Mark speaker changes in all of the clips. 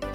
Speaker 1: 大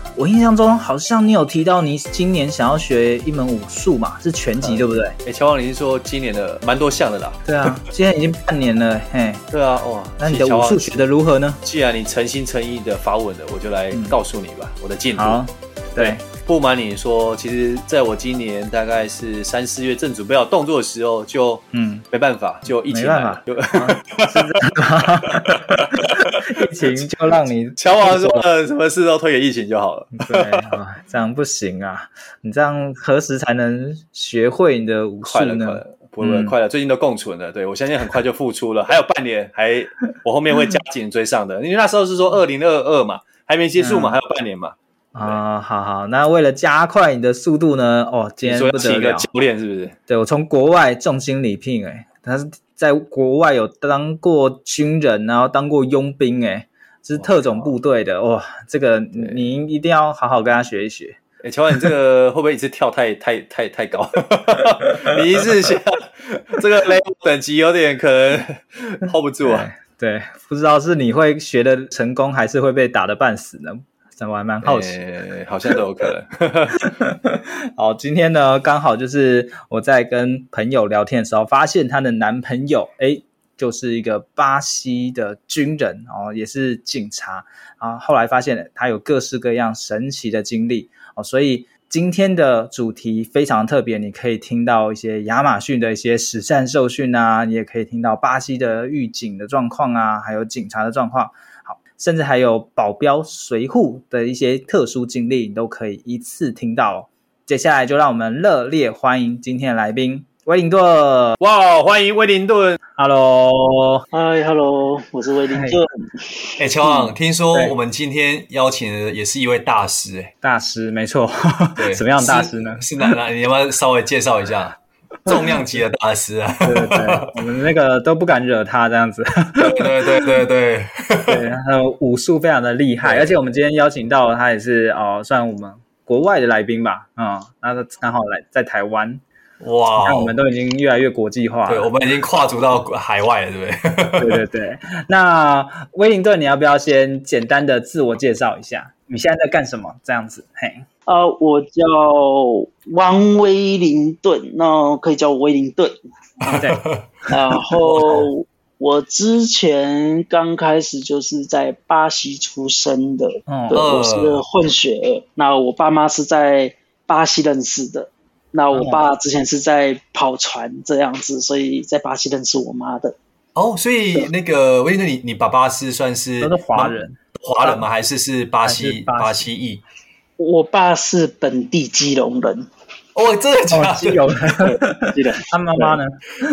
Speaker 2: 我印象中好像你有提到你今年想要学一门武术嘛，是拳击
Speaker 3: 嗯
Speaker 2: 对不对？
Speaker 3: 哎、乔王，你是说今年的蛮多项的啦？
Speaker 2: 对啊，现在已经半年了，嘿，
Speaker 3: 对啊，哇，
Speaker 2: 那你的
Speaker 3: 其实乔
Speaker 2: 武
Speaker 3: 王
Speaker 2: 术学的如何呢？
Speaker 3: 既然你诚心诚意的发问了，我就来告诉你吧，我的进度。
Speaker 2: 好， 对，
Speaker 3: 不瞒你说，其实在我今年大概是三四月正准备要动作的时候，就
Speaker 2: 嗯，
Speaker 3: 没办法，就疫情
Speaker 2: 没
Speaker 3: 来
Speaker 2: 办
Speaker 3: 了
Speaker 2: 法。
Speaker 3: 就
Speaker 2: 疫情就让你
Speaker 3: 乔王说了，什么事都推给疫情就好了。
Speaker 2: 对啊，这样不行啊！你这样何时才能学会你的武术
Speaker 3: 快了，快
Speaker 2: 呢？
Speaker 3: 了，不会
Speaker 2: 嗯
Speaker 3: 快了，最近都共存了。对我相信很快就复出了，还有半年，还我后面会加紧追上的，因为那时候是说二零二二嘛，还没结束嘛，
Speaker 2: 嗯
Speaker 3: 还有半年嘛。
Speaker 2: 啊、好好，那为了加快你的速度呢，哦，今
Speaker 3: 你
Speaker 2: 天
Speaker 3: 说
Speaker 2: 不
Speaker 3: 要请
Speaker 2: 得
Speaker 3: 一个
Speaker 2: 了，
Speaker 3: 教练是不是？
Speaker 2: 对我从国外重金礼聘、欸，他是在国外有当过军人，然后当过佣兵、欸，是特种部队的，哇、这个你一定要好好跟他学一学。
Speaker 3: 哎，乔安，你这个会不会一次跳太太太太高？ 你一次下这个 level 等级有点可能 hold 不住啊。
Speaker 2: 对，不知道是你会学的成功，还是会被打的半死呢？我还蛮好奇的。
Speaker 3: 诶哎好像都有可能。
Speaker 2: 好，今天呢，刚好就是我在跟朋友聊天的时候，发现她的男朋友，哎，就是一个巴西的军人哦，也是警察啊。后来发现他有各式各样神奇的经历哦，所以今天的主题非常特别，你可以听到一些亚马逊的一些实战受训啊，你也可以听到巴西的狱警的状况啊，还有警察的状况。好，甚至还有保镖、随护的一些特殊经历，你都可以一次听到、哦。接下来就让我们热烈欢迎今天的来宾威灵顿。
Speaker 3: 哇，哦欢迎威灵顿。
Speaker 2: Hello，
Speaker 1: 嗨，Hello，我是威灵顿。
Speaker 3: 哎，乔昂，听说
Speaker 2: 嗯对
Speaker 3: 我们今天邀请的也是一位大师，哎，
Speaker 2: 大师，没错
Speaker 3: 对，，
Speaker 2: 什么样的大师呢？
Speaker 3: 是？是哪哪？你要不要稍微介绍一下 重量级的大师啊？
Speaker 2: 对对 对，我们那个都不敢惹他这样子。
Speaker 3: 对对对对对，
Speaker 2: 对，他的武术非常的厉害，
Speaker 3: 对
Speaker 2: 而且我们今天邀请到他也是哦、算我们国外的来宾吧，嗯，那他刚好来在台湾，
Speaker 3: 哇
Speaker 2: 那！我们都已经越来越国际化
Speaker 3: 对，我
Speaker 2: 了。
Speaker 3: 们已经跨足到海外了，对不对？
Speaker 2: 对对对，那威灵顿，你要不要先简单的自我介绍一下？你现在在干什么？这样子，嘿，
Speaker 1: 呃，我叫王威灵顿，那可以叫我威灵顿。
Speaker 2: 对，
Speaker 1: 然后我之前刚开始就是在巴西出生的，
Speaker 2: 嗯
Speaker 1: 对，
Speaker 3: 呃
Speaker 1: 我是个混血儿。那我爸妈是在巴西认识的。那我爸之前是在跑船这样子，所以在巴西认识我妈的。
Speaker 3: 哦，所以那个威廉，你你爸爸是算是
Speaker 2: 都是华人，
Speaker 3: 华人吗？还是是巴
Speaker 2: 还
Speaker 3: 西
Speaker 2: 是巴西
Speaker 3: 巴西裔？
Speaker 1: 我爸是本地基隆人，
Speaker 3: 哦，真的
Speaker 2: 哦，
Speaker 3: 假
Speaker 2: 基
Speaker 3: 的？
Speaker 2: 友，
Speaker 1: 记得。
Speaker 2: 他妈妈呢？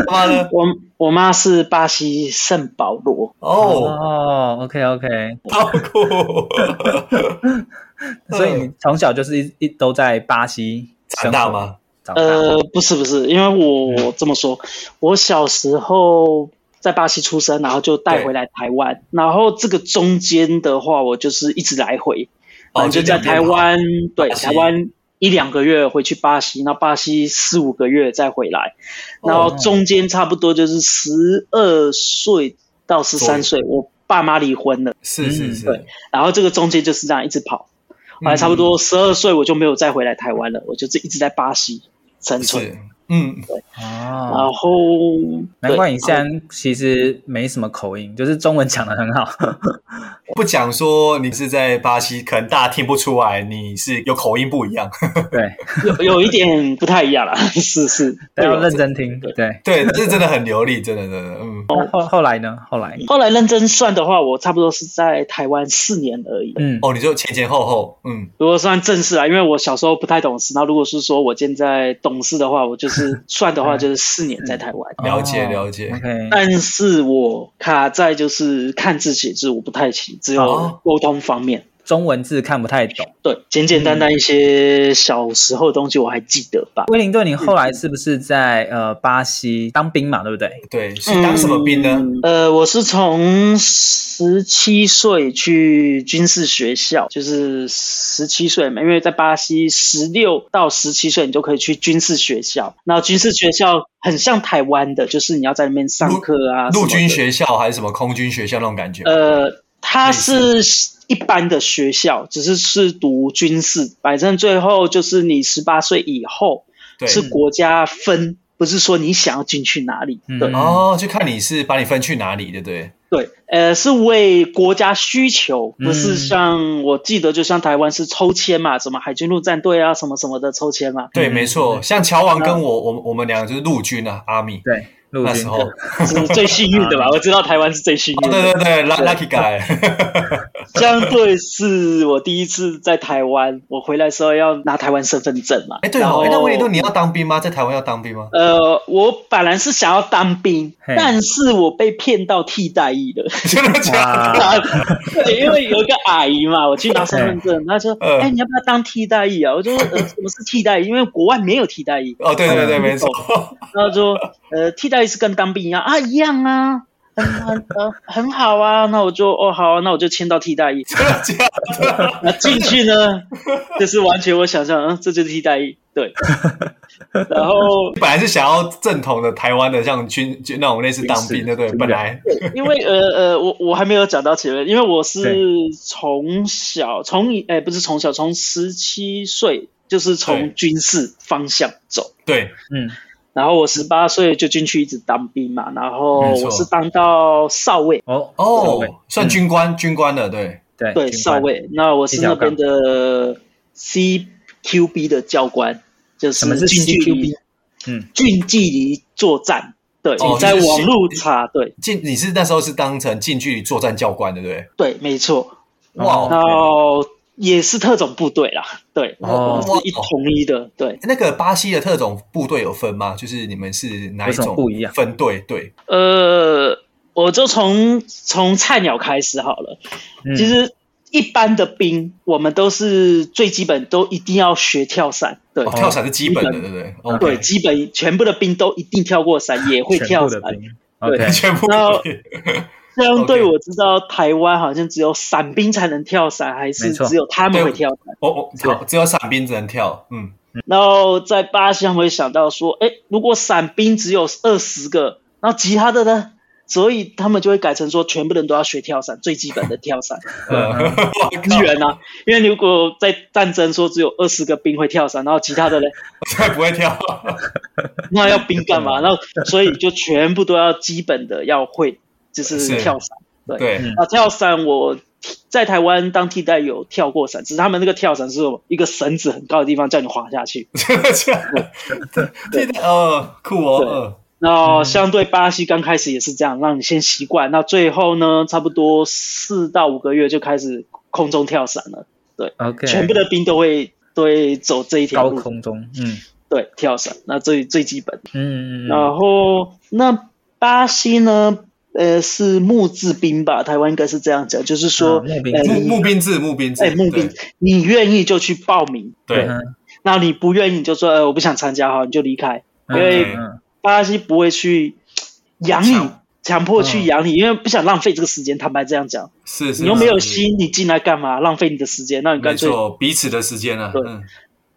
Speaker 3: 他妈的！
Speaker 1: 我我妈是巴西圣保罗，
Speaker 3: 哦，
Speaker 2: 哦，OK OK，
Speaker 3: 好 酷！
Speaker 2: 所以你从小就是一一都在巴西
Speaker 3: 长大吗？
Speaker 2: 生活？长大，
Speaker 1: 呃，不是不是，因为
Speaker 3: 嗯
Speaker 1: 我我这么说，我小时候在巴西出生，然后就带回来台湾，然后这个中间的话，我就是一直来回，然
Speaker 3: 哦，
Speaker 1: 后就在
Speaker 3: 两边
Speaker 1: 台
Speaker 3: 跑
Speaker 1: 湾，对，
Speaker 3: 巴西
Speaker 1: 台湾一两个月回去巴西，那巴西四五个月再回来，然
Speaker 3: 哦
Speaker 1: 后中间差不多就是十二岁到十三岁，我爸妈离婚了，
Speaker 3: 是是
Speaker 2: 嗯
Speaker 3: 是，
Speaker 1: 对然后这个中间就是这样一直跑。
Speaker 3: 嗯
Speaker 1: 后来差不多十二岁，我就没有再回来台湾了，我就是一直在巴西生存。
Speaker 3: 是。嗯，
Speaker 2: 哦，
Speaker 1: 然后
Speaker 2: 难怪你
Speaker 1: 对
Speaker 2: 现在其实没什么口音，就是中文讲的很好。
Speaker 3: 不讲说你是在巴西，可能大家听不出来，你是有口音不一样。
Speaker 2: 对，
Speaker 1: 有有一点不太一样啦， 是是，
Speaker 2: 大
Speaker 1: 对啊
Speaker 2: 家要啊认真听。对，
Speaker 3: 对，这真的很流利，真的真的，嗯，
Speaker 2: 那后后来呢？后来，
Speaker 1: 后来认真算的话，我差不多是在台湾四年而已。
Speaker 2: 嗯，
Speaker 3: 哦，你就前前后后，嗯，
Speaker 1: 如果算正式啊，因为我小时候不太懂事，那如果是说我现在懂事的话，我就是算 的话
Speaker 2: 嗯
Speaker 1: 就是四年在台湾。
Speaker 3: 了解
Speaker 2: 哦
Speaker 3: 了解
Speaker 2: OK，
Speaker 1: 但是我卡在就是看字写字我不太行，只有
Speaker 3: 哦
Speaker 1: 沟通方面。
Speaker 2: 中文字看不太懂。
Speaker 1: 对，简简单单一些小时候的东西我还记得吧。
Speaker 2: 威灵顿，你
Speaker 1: 嗯
Speaker 2: 后来是不是在呃巴西当兵嘛？对不对？
Speaker 3: 对，是当什么兵呢？
Speaker 1: 呃，我是从十七岁去军事学校，就是十七岁嘛，因为在巴西十六到十七岁你就可以去军事学校。那军事学校很像台湾的，就是你要在那边上课啊，
Speaker 3: 陆
Speaker 1: 什么
Speaker 3: 军
Speaker 1: 的。
Speaker 3: 学校还是什么空军学校那种感觉？
Speaker 1: 呃，它
Speaker 3: 类
Speaker 1: 是
Speaker 3: 似
Speaker 1: 一般的学校，只是是读军事，反正最后就是你十八岁以后
Speaker 3: 对，
Speaker 1: 是国家分。不是说你想要进去哪里，
Speaker 2: 嗯
Speaker 1: 对，
Speaker 3: 哦，就看你是把你分去哪里，对不对？
Speaker 1: 对，呃，是为国家需求，不
Speaker 2: 嗯
Speaker 1: 是像我记得，就像台湾是抽签嘛，什么海军陆战队啊，什么什么的抽签嘛，
Speaker 3: 对，
Speaker 2: 嗯
Speaker 3: 没错，像乔王跟我，我们我们两个就是陆军啊，阿米
Speaker 2: 对，陆
Speaker 3: 那
Speaker 2: 军
Speaker 3: 时候，哦，
Speaker 1: 是最幸运 的吧？我知道台湾是最幸运
Speaker 3: 对
Speaker 1: 的，
Speaker 3: 啊对对，lu-，lucky guy，
Speaker 1: 相对是我第一次在台湾，我回来的时候要拿台湾身份证嘛。
Speaker 3: 哎，对
Speaker 1: 然
Speaker 3: 哦
Speaker 1: 后，
Speaker 3: 哎，那威利顿你要当兵吗？在台湾要当兵吗？
Speaker 1: 呃，我本来是想要当兵，
Speaker 2: 嘿
Speaker 1: 但是我被骗到替代役了。
Speaker 3: 真的假的？
Speaker 2: 啊，
Speaker 1: 对，因为有一个阿姨嘛，我去拿身份证，她说：“
Speaker 3: 嗯
Speaker 1: 哎、你要不要当替代役啊？”我就说：“呃，什么是替代役？因为国外没有替代役。”
Speaker 3: 哦，对对对，没错，
Speaker 1: 然后说，呃，替代役是跟当兵一样啊，一样啊，很很呃很好啊。那我就哦好啊，那我就签到替代役。
Speaker 3: 真的假的？
Speaker 1: 那进去呢，就是完全我想象，嗯，这就是替代役，对。然后
Speaker 3: 你本来是想要正统的台湾的，像军军那种类似当兵的，
Speaker 2: 军
Speaker 3: 对，
Speaker 2: 人
Speaker 3: 本来
Speaker 1: 因为呃呃，我我还没有讲到前面，因为我是
Speaker 2: 对
Speaker 1: 从小从哎、不是从小，从十七岁就是
Speaker 3: 对
Speaker 1: 从军事方向走。
Speaker 3: 对，
Speaker 2: 嗯，
Speaker 1: 然后我十八岁就进去一直当兵嘛，然后
Speaker 3: 没错
Speaker 1: 我是当到少尉，
Speaker 2: 哦少
Speaker 3: 哦
Speaker 2: 尉，
Speaker 3: 算军官军官的，对，
Speaker 2: 对
Speaker 1: 对，
Speaker 2: 军
Speaker 1: 少
Speaker 2: 官
Speaker 1: 尉。那我是那边的 CQB 的教官，就
Speaker 2: 什么是
Speaker 1: 近距离
Speaker 2: CQB？，嗯，
Speaker 1: 近距离作战。对，
Speaker 3: 哦
Speaker 1: 你在
Speaker 3: 就是
Speaker 1: 网络查，对
Speaker 3: 近你是那时候是当成近距离作战教官的，对不
Speaker 1: 对，没错。
Speaker 3: 对？哇
Speaker 2: 哦
Speaker 1: 然后也是特种部队啦，对，
Speaker 2: 哦
Speaker 1: 我们是一统一的，对。
Speaker 3: 那个巴西的特种部队有分吗？就是你们是哪一
Speaker 2: 有什么
Speaker 3: 种
Speaker 2: 不一样
Speaker 3: 分队？对，
Speaker 1: 呃，我就从从菜鸟开始好了。
Speaker 2: 嗯
Speaker 1: 其实一般的兵，我们都是最基本都一定要学跳伞，对
Speaker 3: 哦，跳伞是基本的，
Speaker 1: 基
Speaker 3: 对不对？哦
Speaker 1: 对，基本全部的兵都一定跳过伞，也会
Speaker 2: 全
Speaker 1: 跳
Speaker 2: 部的
Speaker 1: 伞。
Speaker 2: 兵，OK，
Speaker 1: 对
Speaker 3: 全部
Speaker 1: 然后相对
Speaker 3: OK
Speaker 1: 我知道台湾好像只有伞兵才能跳伞，还
Speaker 2: 没
Speaker 1: 是
Speaker 2: 错
Speaker 1: 只有他们会跳伞。
Speaker 3: 我我好，只有伞兵只能跳，嗯，
Speaker 1: 然后在巴西，他们会想到说，哎，如果伞兵只有二十个，然后其他的呢？所以他们就会改成说，全部人都要学跳伞，最基本的跳伞。
Speaker 3: 呃，
Speaker 2: 嗯
Speaker 3: 我
Speaker 1: 支援啊，因为如果在战争说只有二十个兵会跳伞，然后其他的嘞，
Speaker 3: 才不会跳，
Speaker 1: 那要兵干嘛？然后所以就全部都要基本的要会，就是
Speaker 3: 是
Speaker 1: 跳伞。
Speaker 3: 对
Speaker 2: 嗯，
Speaker 1: 啊，跳伞我在台湾当替代有跳过伞，只是他们那个跳伞是有一个绳子很高的地方叫你滑下去。
Speaker 3: 真的这样， 对，哦，酷哦，
Speaker 2: 嗯
Speaker 1: 那相对巴西刚开始也是这样，让你先习惯。那最后呢，差不多四到五个月就开始空中跳伞了，
Speaker 2: ，OK，
Speaker 1: 全部的兵都会都会走这一条
Speaker 2: 高
Speaker 1: 路，
Speaker 2: 空中，嗯
Speaker 1: 对，跳伞，那最最基本。
Speaker 2: 嗯嗯嗯
Speaker 1: 然后那巴西呢，呃，是募资兵吧？台湾应该是这样讲，就是说，
Speaker 2: 啊募兵
Speaker 1: 呃
Speaker 3: 嗯，
Speaker 2: 对
Speaker 3: 募
Speaker 1: 你
Speaker 3: 募兵制，募兵制，
Speaker 1: 哎，募兵，你愿意就去报名，
Speaker 3: 对，对，
Speaker 2: 嗯
Speaker 1: 那你不愿意你就说，呃，我不想参加，好，你就离开。因为哦
Speaker 2: 嗯嗯
Speaker 1: 巴西不会去养你
Speaker 3: 强，
Speaker 1: 强迫去养你，因为不想浪费这个时间。坦白这样讲，
Speaker 3: 是是，
Speaker 1: 你又没有
Speaker 3: 是，
Speaker 1: 吸引你进来干嘛？浪费你的时间，那你
Speaker 3: 没
Speaker 1: 干脆。
Speaker 3: 错，彼此的时间啊，
Speaker 1: 对
Speaker 3: 嗯，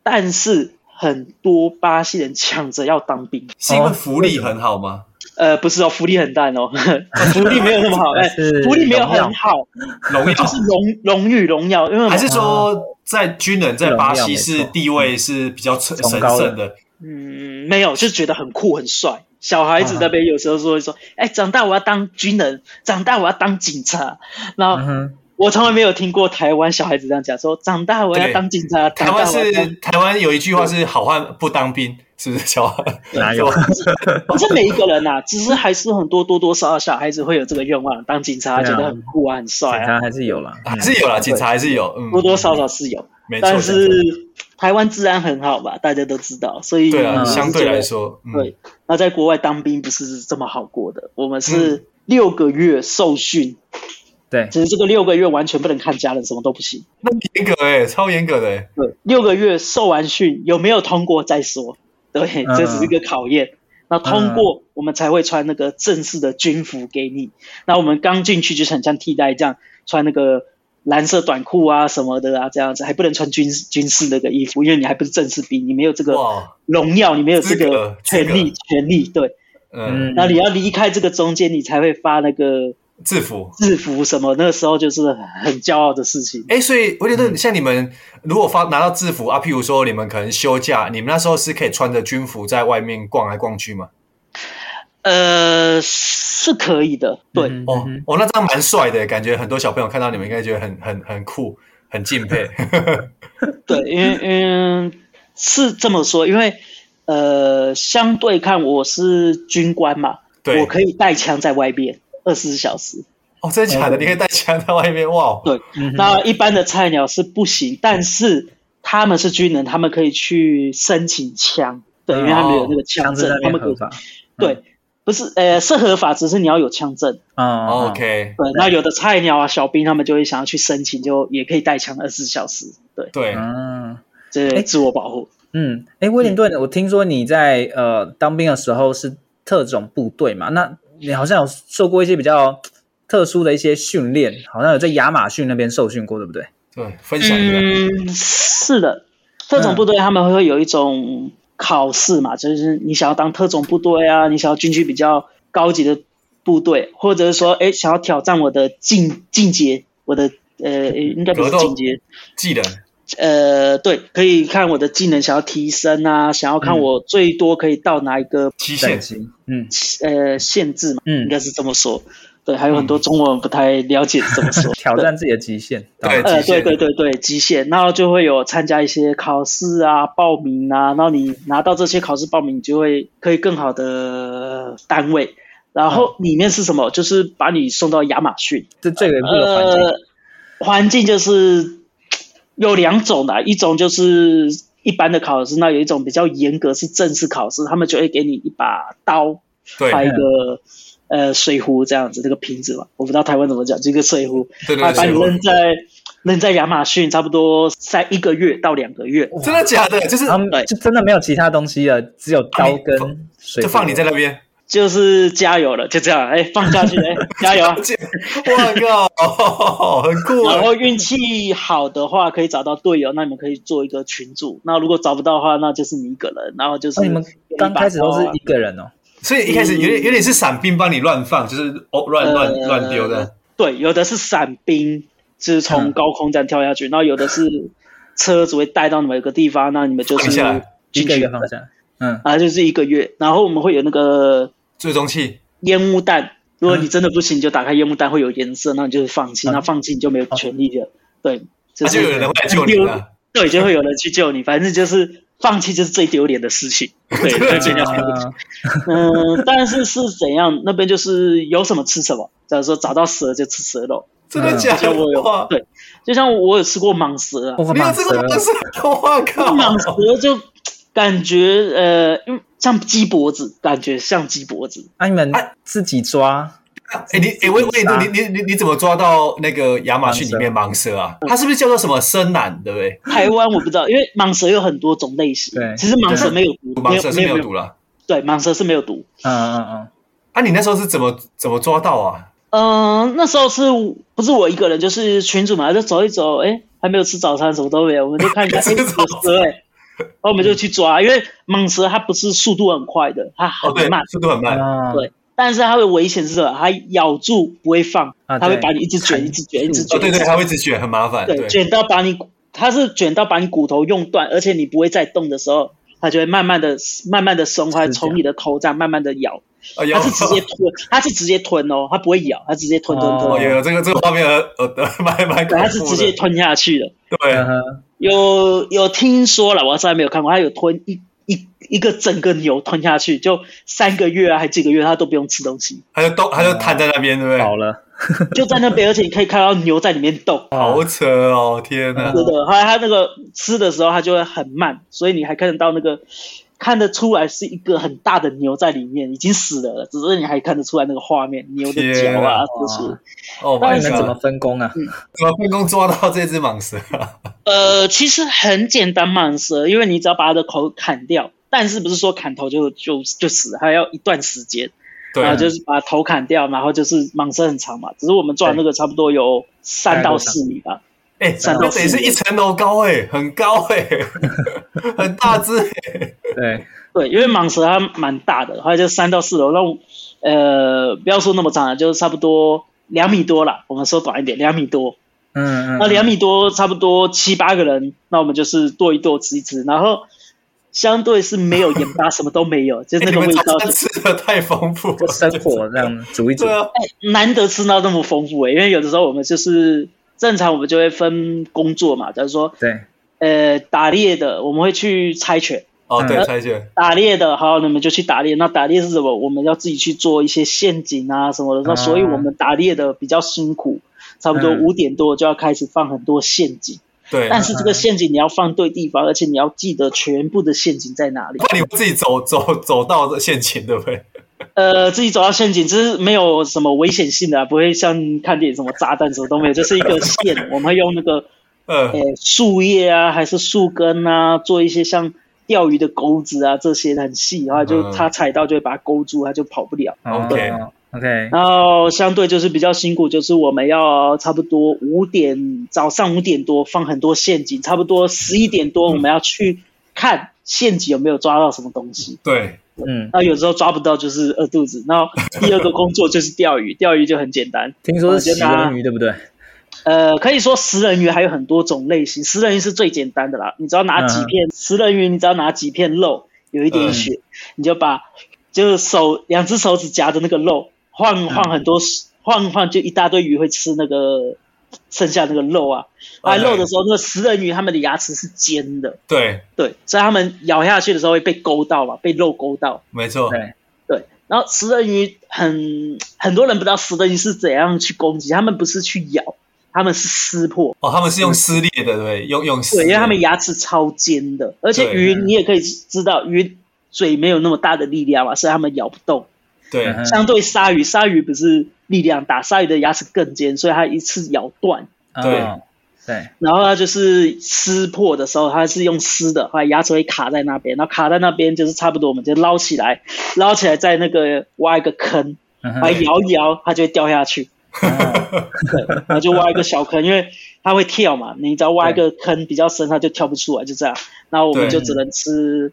Speaker 1: 但是很多巴西人抢着要当兵，
Speaker 3: 是因为福利很好吗？
Speaker 1: 呃，不哦是哦，福利很淡 哦，福利没有那么好，哎、
Speaker 2: 是
Speaker 1: 福利没有
Speaker 2: 荣耀
Speaker 1: 很好，
Speaker 3: 荣耀
Speaker 1: 就是啊荣荣誉荣耀，因为我们
Speaker 3: 还是说在军人在巴西是地位是比较神
Speaker 2: 崇
Speaker 3: 神
Speaker 2: 高的
Speaker 3: 圣的，
Speaker 1: 嗯，没有，就觉得很酷很帅。小孩子那边有时候说会
Speaker 3: 嗯
Speaker 1: 说，哎、长大我要当军人，长大我要当警察。然后、
Speaker 2: 嗯哼，
Speaker 1: 我从来没有听过台湾小孩子这样讲，说长大我要
Speaker 3: 对
Speaker 1: 当警察。
Speaker 3: 台
Speaker 1: 长
Speaker 3: 湾
Speaker 1: 大我要当
Speaker 3: 是台湾有一句话是“好汉不当兵”，是不 是？小汉
Speaker 2: 哪有？
Speaker 1: 不是每一个人呐、啊只是还是很多多多少少小孩子会有这个愿望，当警察
Speaker 2: 对啊
Speaker 1: 觉得很酷啊，很帅
Speaker 2: 警
Speaker 1: 啊，
Speaker 2: 察还是有啦，嗯
Speaker 3: 还是有啦，警察还是有，嗯，
Speaker 1: 多多少少是有。
Speaker 3: 没错。
Speaker 1: 但
Speaker 3: 没
Speaker 1: 是
Speaker 3: 错
Speaker 1: 台湾治安很好吧，大家都知道，所以
Speaker 3: 对啊，
Speaker 2: 嗯
Speaker 3: 相对来，说，嗯
Speaker 1: 对，那在国外当兵不是这么好过的，我们
Speaker 3: 嗯
Speaker 1: 是六个月受训，
Speaker 2: 对，
Speaker 1: 只是这个六个月完全不能看家人，什么都不行。
Speaker 3: 那严格哎，超严格的欸，
Speaker 1: 对，六个月受完训有没有通过再说，对，
Speaker 2: 嗯
Speaker 1: 这只是一个考验。那通
Speaker 3: 嗯
Speaker 1: 过，我们才会穿那个正式的军服给你。那我们刚进去就是很像替代这样，穿那个蓝色短裤啊什么的啊，这样子还不能穿军军事那个衣服，因为你还不是正式兵，你没有这个
Speaker 3: 哇，
Speaker 1: 荣耀，你没有这
Speaker 3: 资
Speaker 1: 个
Speaker 3: 格
Speaker 1: 权
Speaker 3: 资
Speaker 1: 利
Speaker 3: 格，
Speaker 1: 权利对。
Speaker 3: 嗯，
Speaker 1: 那你要离开这个中间，你才会发那个
Speaker 3: 制服。
Speaker 1: 制服什么，那个时候就是很骄傲的事情。
Speaker 3: 哎，所以我觉
Speaker 1: 嗯
Speaker 3: 得像你们如果发拿到制服啊，譬如说你们可能休假，你们那时候是可以穿着军服在外面逛来逛去吗？
Speaker 1: 呃，是可以的，对。
Speaker 2: 嗯
Speaker 3: 哦哦，那这样蛮帅的，感觉很多小朋友看到你们应该觉得很 很很酷，很敬佩。
Speaker 1: 对，因为嗯是这么说，因为呃，相对看我是军官嘛，
Speaker 3: 对
Speaker 1: 我可以带枪在外面二十四小时。
Speaker 3: 哦，真的假
Speaker 1: 嗯
Speaker 3: 的？你可以带枪在外面哇哦！
Speaker 1: 对，
Speaker 2: 嗯
Speaker 1: 那一般的菜鸟是不行，但是他们是军人，他们可以去申请枪，对，因为他们有那个
Speaker 2: 哦枪
Speaker 1: 枪
Speaker 2: 支
Speaker 1: 证
Speaker 2: 那，
Speaker 1: 他
Speaker 2: 边
Speaker 1: 们可
Speaker 2: 合
Speaker 1: 以
Speaker 2: 法。
Speaker 1: 对。不是，呃，是合法，只是你要有枪证。
Speaker 2: 嗯
Speaker 3: 哦 OK，
Speaker 1: 对，那有的菜鸟啊、小兵，他们就会想要去申请，就也可以带枪二十四小时。对，
Speaker 3: 对，
Speaker 2: 嗯
Speaker 1: 这
Speaker 2: 哎
Speaker 1: 是自我保护。
Speaker 2: 嗯，哎，威灵顿，我听说你在呃当兵的时候是特种部队嘛？那你好像有受过一些比较特殊的一些训练，好像有在亚马逊那边受训过，对不对？
Speaker 3: 对，分享一下。
Speaker 1: 嗯，是的，特种部队他们会有一种考试嘛，就是你想要当特种部队啊，你想要进去比较高级的部队，或者是说，哎，想要挑战我的境境界，我的呃，应该不是
Speaker 3: 格斗
Speaker 1: 境界，
Speaker 3: 技能，
Speaker 1: 呃，对，可以看我的技能想要提升啊，想要看我
Speaker 3: 嗯
Speaker 1: 最多可以到哪一个、
Speaker 3: 极
Speaker 2: 等
Speaker 3: 限，
Speaker 2: 级，嗯
Speaker 1: 呃限制嘛，应
Speaker 2: 嗯，
Speaker 1: 该是这么说。对，还有很多
Speaker 3: 嗯
Speaker 1: 中文不太了解这么说。
Speaker 2: 挑战自己的极限。
Speaker 3: 对
Speaker 1: 呃，
Speaker 3: 极限
Speaker 1: 对对对对，极限，然后就会有参加一些考试啊、报名啊，然后你拿到这些考试报名，你就会可以更好的单位，然后里面是什么？就是把你送到亚马逊，
Speaker 2: 这最有一步的环境
Speaker 1: 呃，环境就是有两种的，啊一种就是一般的考试，那有一种比较严格是正式考试，他们就会给你一把刀，
Speaker 3: 对
Speaker 1: 还有一个呃水壶这样子，这个瓶子嘛，我不知道台湾怎么讲，就一个水壶，
Speaker 3: 对对
Speaker 1: 啊，把
Speaker 3: 对
Speaker 1: 你
Speaker 3: 对
Speaker 1: 扔，在扔在亚马逊，差不多在一个月到两个月。
Speaker 3: 真的假的？就是
Speaker 2: 他们
Speaker 1: 对
Speaker 2: 就真的没有其他东西了，只有刀跟水。
Speaker 3: 就哎放你在那边，
Speaker 1: 就是加油了，就这样，哎，放下去， 哎，加油啊！
Speaker 3: 我靠， 很酷
Speaker 1: 然
Speaker 3: 啊！
Speaker 1: 后运气好的话，可以找到队友，那你们可以做一个群组。那如果找不到的话，那就是你一个人。然后就是、
Speaker 2: 哦，你们刚开始都
Speaker 1: 啊
Speaker 2: 是一个人哦。
Speaker 3: 所以一开始有
Speaker 1: 嗯
Speaker 3: 点有点是伞兵帮你乱放，就是哦乱乱
Speaker 1: 呃
Speaker 3: 乱丢的，
Speaker 1: 对，有的是伞兵，就是从
Speaker 2: 嗯
Speaker 1: 高空这样跳下去，然后有的是车子会带到某个地方，那你们就
Speaker 3: 放
Speaker 1: 是
Speaker 3: 下来
Speaker 2: 一
Speaker 1: 进
Speaker 2: 个一
Speaker 1: 去
Speaker 2: 个，放下。嗯，
Speaker 1: 啊，就是一个月。然后我们会有那个
Speaker 3: 最终器
Speaker 1: 烟雾弹，如果你真的不行，你就打开烟雾弹会有颜色，那你就是放弃，
Speaker 2: 嗯
Speaker 1: 那放弃你就没有权利了。对，就
Speaker 3: 那
Speaker 1: 是
Speaker 3: 啊就有人会来救你
Speaker 1: 很丢
Speaker 3: 了。
Speaker 1: 对，就会有人去救你。反正就是放弃就是最丢脸的事情。对，
Speaker 3: 真的
Speaker 1: 最丢脸的事情
Speaker 2: 啊
Speaker 1: 嗯，但是是怎样？那边就是有什么吃什么，假如说找到蛇就吃蛇肉，
Speaker 3: 真的假
Speaker 1: 嗯就
Speaker 3: 的
Speaker 1: 像？我有
Speaker 3: 哇！
Speaker 1: 对，就像我有吃过蟒蛇啊，
Speaker 2: 我
Speaker 3: 你有这个方
Speaker 2: 蛇，
Speaker 3: 式？我
Speaker 1: 蟒
Speaker 3: 靠！
Speaker 1: 蛇就感觉呃，因为像鸡脖子，感觉像鸡脖子。
Speaker 2: 啊，你们自己抓。
Speaker 3: 哎，你哎，喂喂，你你你你怎么抓到那个亚马逊里面蟒蛇啊？它是不是叫做什么深蓝？对不对？
Speaker 1: 台湾我不知道，因为蟒蛇有很多种类型。
Speaker 2: 对
Speaker 1: 其实蟒蛇没有毒，
Speaker 3: 蟒蛇是
Speaker 1: 没
Speaker 3: 没
Speaker 1: 有
Speaker 3: 有
Speaker 1: 没有
Speaker 3: 毒了。
Speaker 1: 对，蟒蛇是没有毒。
Speaker 2: 嗯嗯嗯。
Speaker 3: 啊，你那时候是怎么怎么抓到啊？
Speaker 1: 嗯、那时候是不是我一个人，就是群主嘛，就走一走，哎、还没有吃早餐，什么都没有，我们就看一下，哎、
Speaker 3: 吃
Speaker 1: 有
Speaker 3: 早餐
Speaker 1: 蛇、哎，然后我们就去抓，因为蟒蛇它不是速度很快的，它
Speaker 3: 哦，对
Speaker 1: 很慢，，
Speaker 3: 速度很慢。
Speaker 2: 啊
Speaker 1: 对但是它的危险是什么？它咬住不会放，
Speaker 2: 啊
Speaker 1: 它会
Speaker 2: 对
Speaker 1: 把你一 直卷，一直卷，一直
Speaker 3: 哦，
Speaker 1: 卷，
Speaker 3: 对
Speaker 1: 一直
Speaker 3: 对，它会一直卷，很麻烦。
Speaker 1: 对，卷到把你，它是卷到把你骨头用断，而且你不会再动的时候，它就会慢慢的、慢慢的松开，从你的头这样慢慢的咬，
Speaker 3: 哎呦
Speaker 1: 它是直 接吞， 它是直接吞哦，它不会咬，它直接吞吞
Speaker 2: 哦
Speaker 3: 哦，
Speaker 1: 吞，
Speaker 3: 有这个这个画面，呃，呃 蛮蛮恐
Speaker 1: 对，它是
Speaker 3: 怖
Speaker 1: 直接
Speaker 3: 的。
Speaker 1: 吞下去的。
Speaker 3: 对
Speaker 2: 嗯，哼
Speaker 1: 有有听说了，我从来没有看过，他有吞一一一个整个牛吞下去，就三个月啊，还几个月他都不用吃东 西，
Speaker 3: 他就动，他就瘫在那边，对不
Speaker 2: 饱
Speaker 3: 对？
Speaker 2: 了，
Speaker 1: 就在那边，而且你可以看到牛在里面动，
Speaker 3: 好扯哦，天哪！
Speaker 1: 真的。后来他那个吃的时候，他就会很慢，所以你还看得到那个看得出来是一个很大的牛在里面，已经死了了，只是你还看得出来那个画面，牛的脚
Speaker 3: 天啊
Speaker 1: 啊，就是。
Speaker 3: 哦，
Speaker 2: 哎那
Speaker 3: 晚
Speaker 2: 你
Speaker 3: 上
Speaker 2: 们怎么分工啊？
Speaker 3: 怎么分工抓到这只蟒蛇啊？
Speaker 1: 呃，其实很简单蟒蛇，因为你只要把它的口砍掉，但是不是说砍头就就就死，还要一段时间。
Speaker 3: 对啊
Speaker 1: 然后就是把头砍掉，然后就是蟒蛇很长嘛，只是我们抓的那个差不多有三到四米吧。
Speaker 3: 哎，
Speaker 1: 三
Speaker 3: 那
Speaker 1: 到
Speaker 3: 等于
Speaker 1: 四
Speaker 3: 是一层楼高哎，很高 哎，很大只哎。
Speaker 2: 对，
Speaker 1: 对，因为蟒蛇它蛮大的，后来就三到四楼，那我呃不要说那么长了，就是差不多两米多了，我们说短一点，两米多。
Speaker 2: 嗯嗯，
Speaker 1: 那两米多差不多七八个人，那我们就是剁一剁吃一吃，然后相对是没有盐巴，什么都没有，就是
Speaker 3: 哎
Speaker 1: 那
Speaker 3: 你
Speaker 1: 个
Speaker 3: 们
Speaker 1: 味
Speaker 3: 早
Speaker 1: 道就
Speaker 3: 餐吃的太丰富
Speaker 2: 就
Speaker 3: 了，
Speaker 2: 嗯生火这样煮一煮
Speaker 3: 对，啊，
Speaker 1: 难得吃到那么丰富诶、欸因为有的时候我们就是正常我们就会分工作嘛，假如说
Speaker 2: 对，
Speaker 1: 呃打猎的，我们会去猜拳。
Speaker 3: 哦，对，
Speaker 2: 嗯
Speaker 3: 猜拳，
Speaker 1: 打猎的，好，你们就去打猎。那打猎是什么？我们要自己去做一些陷阱啊什么的。那
Speaker 2: 啊
Speaker 1: 所以我们打猎的比较辛苦，差不多
Speaker 2: 嗯啊
Speaker 1: 五点多就要开始放很多陷阱。
Speaker 3: 对，
Speaker 1: 但是这个陷阱你要放对地方，而且你要记得全部的陷阱在哪里
Speaker 3: 不。然你会自己走走走到陷阱，对不对？
Speaker 1: 呃，自己走到陷阱，只是没有什么危险性的、啊，不会像看电影什么炸弹什么都没有，就是一个线， 我们会用那个
Speaker 3: 嗯
Speaker 1: 呃，树叶啊，还是树根啊，做一些像钓鱼的钩子啊，这些很细，然后就
Speaker 3: 嗯
Speaker 1: 它踩到就会把它勾住，它就跑不了。
Speaker 3: OK
Speaker 2: 哦 OK，
Speaker 1: 然后相对就是比较辛苦，就是我们要差不多五点早上五点多放很多陷阱，差不多十一点多我们要去看陷阱有没有抓到什么东西。
Speaker 3: 对，
Speaker 2: 嗯，
Speaker 1: 那有时候抓不到就是饿肚子。那第二个工作就是钓鱼，钓鱼就很简单，
Speaker 2: 听说是
Speaker 1: 我觉
Speaker 2: 食
Speaker 1: 得啊
Speaker 2: 人鱼对不对？
Speaker 1: 呃，可以说食人鱼还有很多种类型，食人鱼是最简单的啦。你只要拿几片、食人鱼，你只要拿几片肉，有一点血，你就把就是手两只手指夹着那个肉，晃晃很多，晃晃就一大堆鱼会吃那个剩下那个肉啊。啊，
Speaker 3: OK
Speaker 1: 肉的时候，那个食人鱼它们的牙齿是尖的，
Speaker 3: 对，
Speaker 1: 对，所以它们咬下去的时候会被勾到嘛，被肉勾到。
Speaker 3: 没错，
Speaker 2: 对，
Speaker 1: 对，然后食人鱼很很多人不知道食人鱼是怎样去攻击，他们不是去咬，他们是撕破。
Speaker 3: 哦，他们是用撕裂的，对不对，用用撕
Speaker 1: 嗯对，
Speaker 3: 的，
Speaker 1: 因为它们牙齿超尖的，而且鱼你也可以知道，鱼嘴没有那么大的力量嘛，所以它们咬不动。
Speaker 3: 对
Speaker 2: 嗯，哼
Speaker 1: 相对鲨鱼，鲨鱼不是力量大，鲨鱼的牙齿更尖，所以它一次咬断，
Speaker 3: 对
Speaker 2: 哦对，
Speaker 1: 然后它就是撕破的时候，它是用撕的，它牙齿会卡在那边，然后卡在那边就是差不多，我们就捞起来，捞起来在那个挖一个坑，
Speaker 2: 嗯
Speaker 1: 把它
Speaker 2: 哼
Speaker 1: 摇一摇，它就会掉下去。
Speaker 2: 哦
Speaker 1: 对，然后就挖一个小坑，因为它会跳嘛，你只要挖一个坑比较深，它就跳不出来，就这样。然后我们就只能吃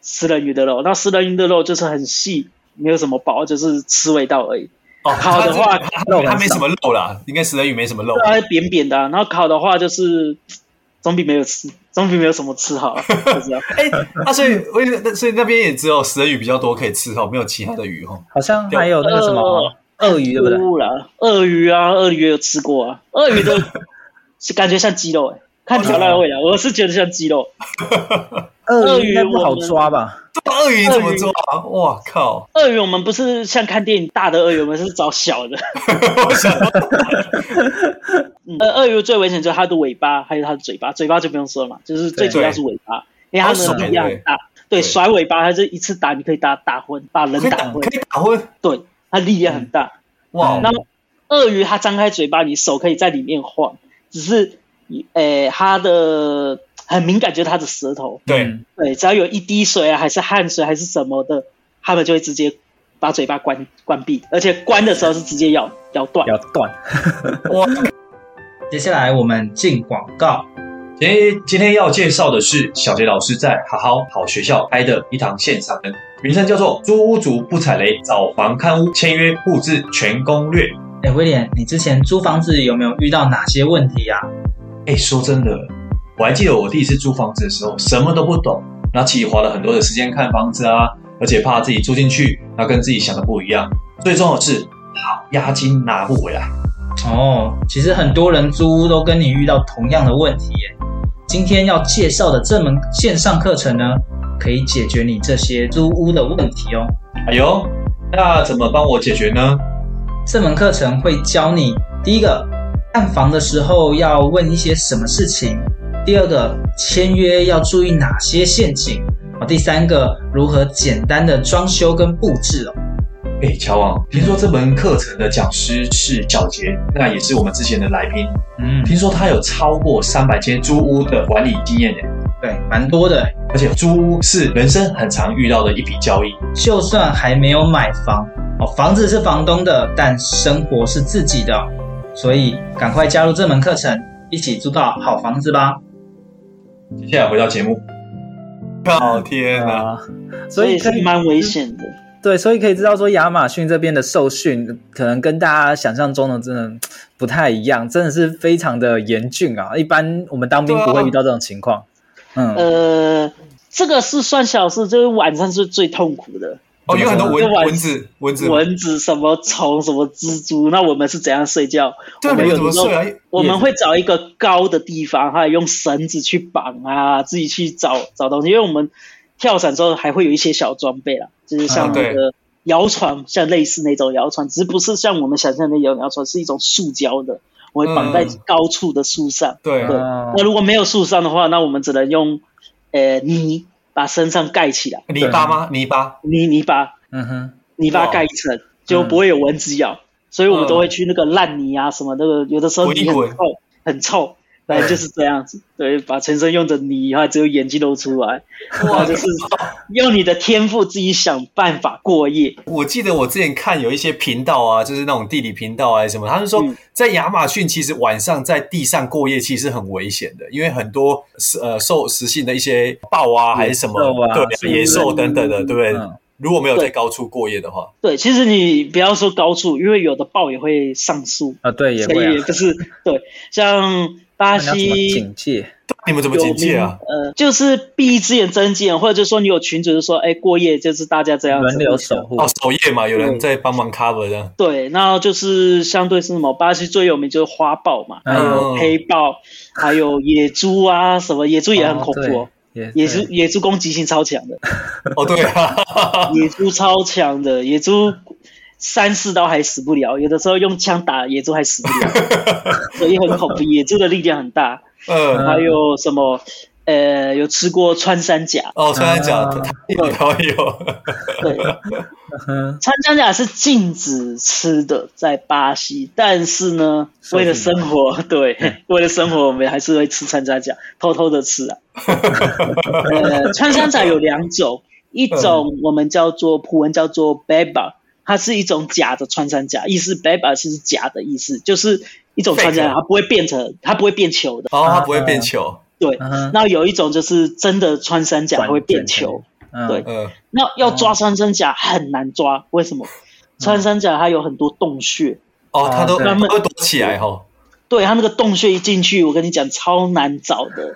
Speaker 1: 食人鱼的肉，那食人鱼的肉就是很细，没有什么饱，就是吃味道而已。
Speaker 3: 哦，
Speaker 1: 烤的话
Speaker 3: 它是它
Speaker 2: 肉很
Speaker 3: 它没
Speaker 2: 少
Speaker 3: 什么肉啦，应该食人鱼没什么肉，
Speaker 1: 它扁扁的啊、然后烤的话就是总比没有吃，总比没有什么 吃好啊，就这样。
Speaker 3: 哎， 啊，所以我也那所以那边也只有食人鱼比较多可以吃哦，没有其他的鱼哦。
Speaker 2: 好像还有那个什么
Speaker 3: 呃
Speaker 2: 鳄鱼对不对？
Speaker 1: 不啦，鳄鱼啊，鳄鱼有吃过啊，鳄鱼的是感觉像鸡肉、欸，看调料的味道，我是觉得像鸡肉。
Speaker 2: 鳄
Speaker 1: 鳄
Speaker 2: 鱼
Speaker 1: 鱼
Speaker 2: 应该不好
Speaker 1: 我们
Speaker 2: 抓吧？
Speaker 3: 这鳄鱼怎么做啊？哇靠！
Speaker 1: 鳄鱼我们不是像看电影大的鳄鱼，我们是找小的。
Speaker 3: 我想到
Speaker 1: 嗯呃，鳄鱼最危险就是它的尾巴，还有它的嘴巴，嘴巴就不用说了嘛，就是最主要是尾巴，因为它
Speaker 3: 好
Speaker 1: 的
Speaker 3: 爽
Speaker 1: 力量很大，对，
Speaker 3: 对
Speaker 1: 甩尾巴，它就一次打你可以打打昏，把人
Speaker 3: 可以
Speaker 1: 打
Speaker 3: 打
Speaker 1: 昏，
Speaker 3: 可以嗯打昏，
Speaker 1: 对，它力量很大。
Speaker 3: 哇！
Speaker 1: 那么鳄鱼它张开嘴巴，你手可以在里面晃，只是，呃，它的很敏感，就是它的舌头，
Speaker 3: 对
Speaker 2: 嗯
Speaker 1: 对，只要有一滴水啊，还是汗水还是什么的，它们就会直接把嘴巴关关闭，而且关的时候是直接咬咬断。
Speaker 2: 要断。
Speaker 3: 哇！
Speaker 2: 接下来我们进广告。
Speaker 4: 诶，今天要介绍的是小杰老师在好好好学校开的一堂线上课，名称叫做《租屋族不踩雷，找房看屋签约布置全攻略》。
Speaker 2: 哎，威廉，你之前租房子有没有遇到哪些问题呀、啊
Speaker 4: 哎，说真的，我还记得我第一次租房子的时候，什么都不懂，那自己花了很多的时间看房子啊，而且怕自己住进去，那跟自己想的不一样。最重要的是，好押金拿不回来。
Speaker 2: 哦，其实很多人租屋都跟你遇到同样的问题耶。今天要介绍的这门线上课程呢，可以解决你这些租屋的问题哦。
Speaker 4: 哎呦，那怎么帮我解决呢？
Speaker 2: 这门课程会教你，第一个，看房的时候要问一些什么事情；第二个，签约要注意哪些陷阱；哦，第三个，如何简单的装修跟布置哦。
Speaker 4: 哎，乔王，听说这门课程的讲师是小杰，那也是我们之前的来宾。
Speaker 2: 嗯，
Speaker 4: 听说他有超过三百间租屋的管理经验耶，
Speaker 2: 对，蛮多的耶。
Speaker 4: 而且租屋是人生很常遇到的一笔交易。
Speaker 2: 就算还没有买房哦，房子是房东的，但生活是自己的，所以赶快加入这门课程，一起租到好房子吧！
Speaker 4: 接下来回到节目，
Speaker 3: 靠天啊！
Speaker 2: 啊，
Speaker 1: 所以是蛮危险的。
Speaker 2: 对，所以可以知道说，亚马逊这边的受训可能跟大家想象中的真的不太一样，真的是非常的严峻啊。一般我们当兵
Speaker 3: 对啊
Speaker 2: 不会遇到这种情况。嗯，
Speaker 1: 呃，这个是算小事，就是晚上是最痛苦的，
Speaker 3: 哦，有很多蚊
Speaker 1: 这晚
Speaker 3: 蚊子，蚊子，
Speaker 1: 蚊子、什么虫、什么蜘蛛。那我们是怎样睡觉？
Speaker 3: 对啊，
Speaker 1: 我
Speaker 3: 你们
Speaker 1: 们有
Speaker 3: 怎么
Speaker 1: 时候
Speaker 3: 睡啊？
Speaker 1: 我们会找一个高的地方，还有用绳子去绑啊，自己去找找东西。因为我们跳伞之后还会有一些小装备啦，就是像
Speaker 3: 啊
Speaker 1: 那个摇船，像类似那种摇船，只是不是像我们想象的那种摇船，是一种塑胶的，我会绑在
Speaker 3: 嗯
Speaker 1: 高处的树上。
Speaker 3: 对，啊
Speaker 1: 对
Speaker 2: 哦
Speaker 1: 那如果没有树上的话，那我们只能用呃泥把身上盖起来，
Speaker 3: 泥巴吗？泥巴，
Speaker 1: 泥泥巴
Speaker 2: 嗯哼，
Speaker 1: 泥巴盖一层，就不会有蚊子咬。所以我们都会去那个烂泥啊什么那个，有的时候
Speaker 3: 滚一
Speaker 1: 泥很
Speaker 3: 滚
Speaker 1: 臭，很臭。反正就是这样子，对，把全身用着泥，啊然后只有眼睛露出来，然后就是用你的天赋自己想办法过夜。
Speaker 3: 我记得我之前看有一些频道啊，就是那种地理频道啊什么，他们说
Speaker 1: 嗯
Speaker 3: 在亚马逊其实晚上在地上过夜其实是很危险的，因为很多呃受食性的一些豹啊还是什么
Speaker 2: 野兽，啊是
Speaker 3: 对，野兽等等的，对不对
Speaker 2: 嗯？
Speaker 3: 如果没有在
Speaker 1: 对
Speaker 3: 高处过夜的话，
Speaker 1: 对，其实你不要说高处，因为有的豹也会上树，
Speaker 2: 啊，对，也
Speaker 1: 所
Speaker 2: 会
Speaker 1: 以
Speaker 2: 啊
Speaker 1: 也。不是对。像
Speaker 2: 那你
Speaker 1: 巴
Speaker 2: 要怎么
Speaker 1: 西
Speaker 2: 警戒？
Speaker 3: 你们怎么
Speaker 1: 有
Speaker 3: 警戒啊？
Speaker 1: 名呃，就是闭一只眼睁一只眼，或者就说你有群主就说，哎，过夜就是大家这样子
Speaker 2: 轮流守。护
Speaker 3: 哦，守夜嘛，有人在帮忙 cover 这样。
Speaker 1: 对，那就是相对是什么？巴西最有名就是花豹嘛，
Speaker 2: 嗯
Speaker 1: 还有黑豹，还有野猪啊，什么野猪也很恐怖、
Speaker 2: 哦，
Speaker 1: 哦
Speaker 2: 对
Speaker 1: 野
Speaker 2: 也
Speaker 1: 猪
Speaker 2: 是
Speaker 1: 野猪攻击性超强的，
Speaker 3: 哦，对啊，
Speaker 1: 野猪超强的，野猪三四刀还死不了，有的时候用枪打野猪还死不了，所以很恐怖。野猪的力量很大，
Speaker 3: 嗯，
Speaker 1: 还有什么？呃，有吃过穿山甲？
Speaker 3: 哦，刚才讲
Speaker 2: 啊
Speaker 3: 他有，他有，
Speaker 1: 对，
Speaker 2: 嗯
Speaker 1: 穿山甲是禁止吃的，在巴西，但是呢，
Speaker 2: 受
Speaker 1: 为了
Speaker 2: 禁
Speaker 1: 生活，对，
Speaker 2: 嗯
Speaker 1: 为了生活，我们还是会吃穿山甲，偷偷的吃啊。
Speaker 2: 嗯
Speaker 1: 呃，穿山甲有两种，一种我们叫做葡文叫做 beba，它是一种假的穿山甲，意思 beba 是假的意思，就是一种穿
Speaker 3: Fake
Speaker 1: 山甲，它不会变成，它不会变球的。
Speaker 3: 然后哦他不会变球，
Speaker 1: 对，
Speaker 2: 嗯哼
Speaker 1: 那有一种就是真的穿山甲它会变球，
Speaker 2: 嗯
Speaker 1: 对
Speaker 3: 嗯，
Speaker 1: 那要抓穿山甲很难抓，为什么？穿山甲它有很多洞穴，
Speaker 3: 哦，他都
Speaker 2: 啊对
Speaker 3: 他会躲起来哈。
Speaker 1: 对它那个洞穴一进去，我跟你讲超难找的。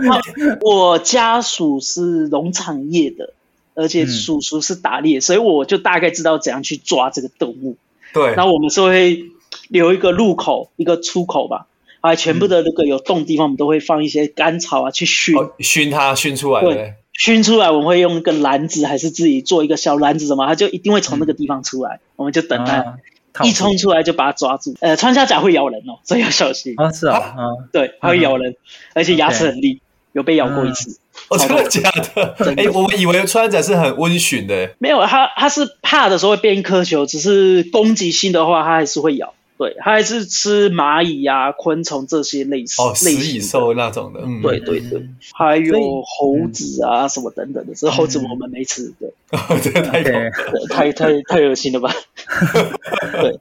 Speaker 1: 那我家属是农场业的，而且叔叔是打猎，所以我就大概知道怎样去抓这个动物。
Speaker 3: 对，
Speaker 1: 然后我们是会留一个入口，一个出口吧。啊，全部的那个有洞的地方，我们都会放一些干草啊去熏。
Speaker 3: 哦，熏他熏出来
Speaker 1: 对
Speaker 3: 的。
Speaker 1: 熏出来，我们会用一个篮子，还是自己做一个小篮子什么，它就一定会从那个地方出来，我们就等它、
Speaker 2: 啊套
Speaker 1: 一
Speaker 2: 住
Speaker 1: 冲出来就把它抓住。呃，穿山甲会咬人哦，所以要小心。
Speaker 2: 啊，是啊，啊，
Speaker 1: 对，它会咬人，而且牙齿很利，有被咬过一次。
Speaker 3: 哦，
Speaker 1: 超
Speaker 3: 真
Speaker 1: 痛
Speaker 3: 的假的？哎、我们以为穿着是很温驯的，
Speaker 1: 没有，它它是怕的时候会变一颗球，只是攻击性的话，它还是会咬。对，它还是吃蚂蚁啊、昆虫这些类似
Speaker 3: 哦，食
Speaker 1: 类
Speaker 3: 蚁
Speaker 1: 型的。
Speaker 3: 兽那种的。嗯，
Speaker 1: 对对对，还
Speaker 2: 所以
Speaker 1: 有猴子啊什么等等的，只是猴子我们没吃。对，
Speaker 3: 这个太恐怖
Speaker 2: 对
Speaker 3: 了。
Speaker 1: 对太太太恶心了吧？哎
Speaker 2: OK，
Speaker 1: 呦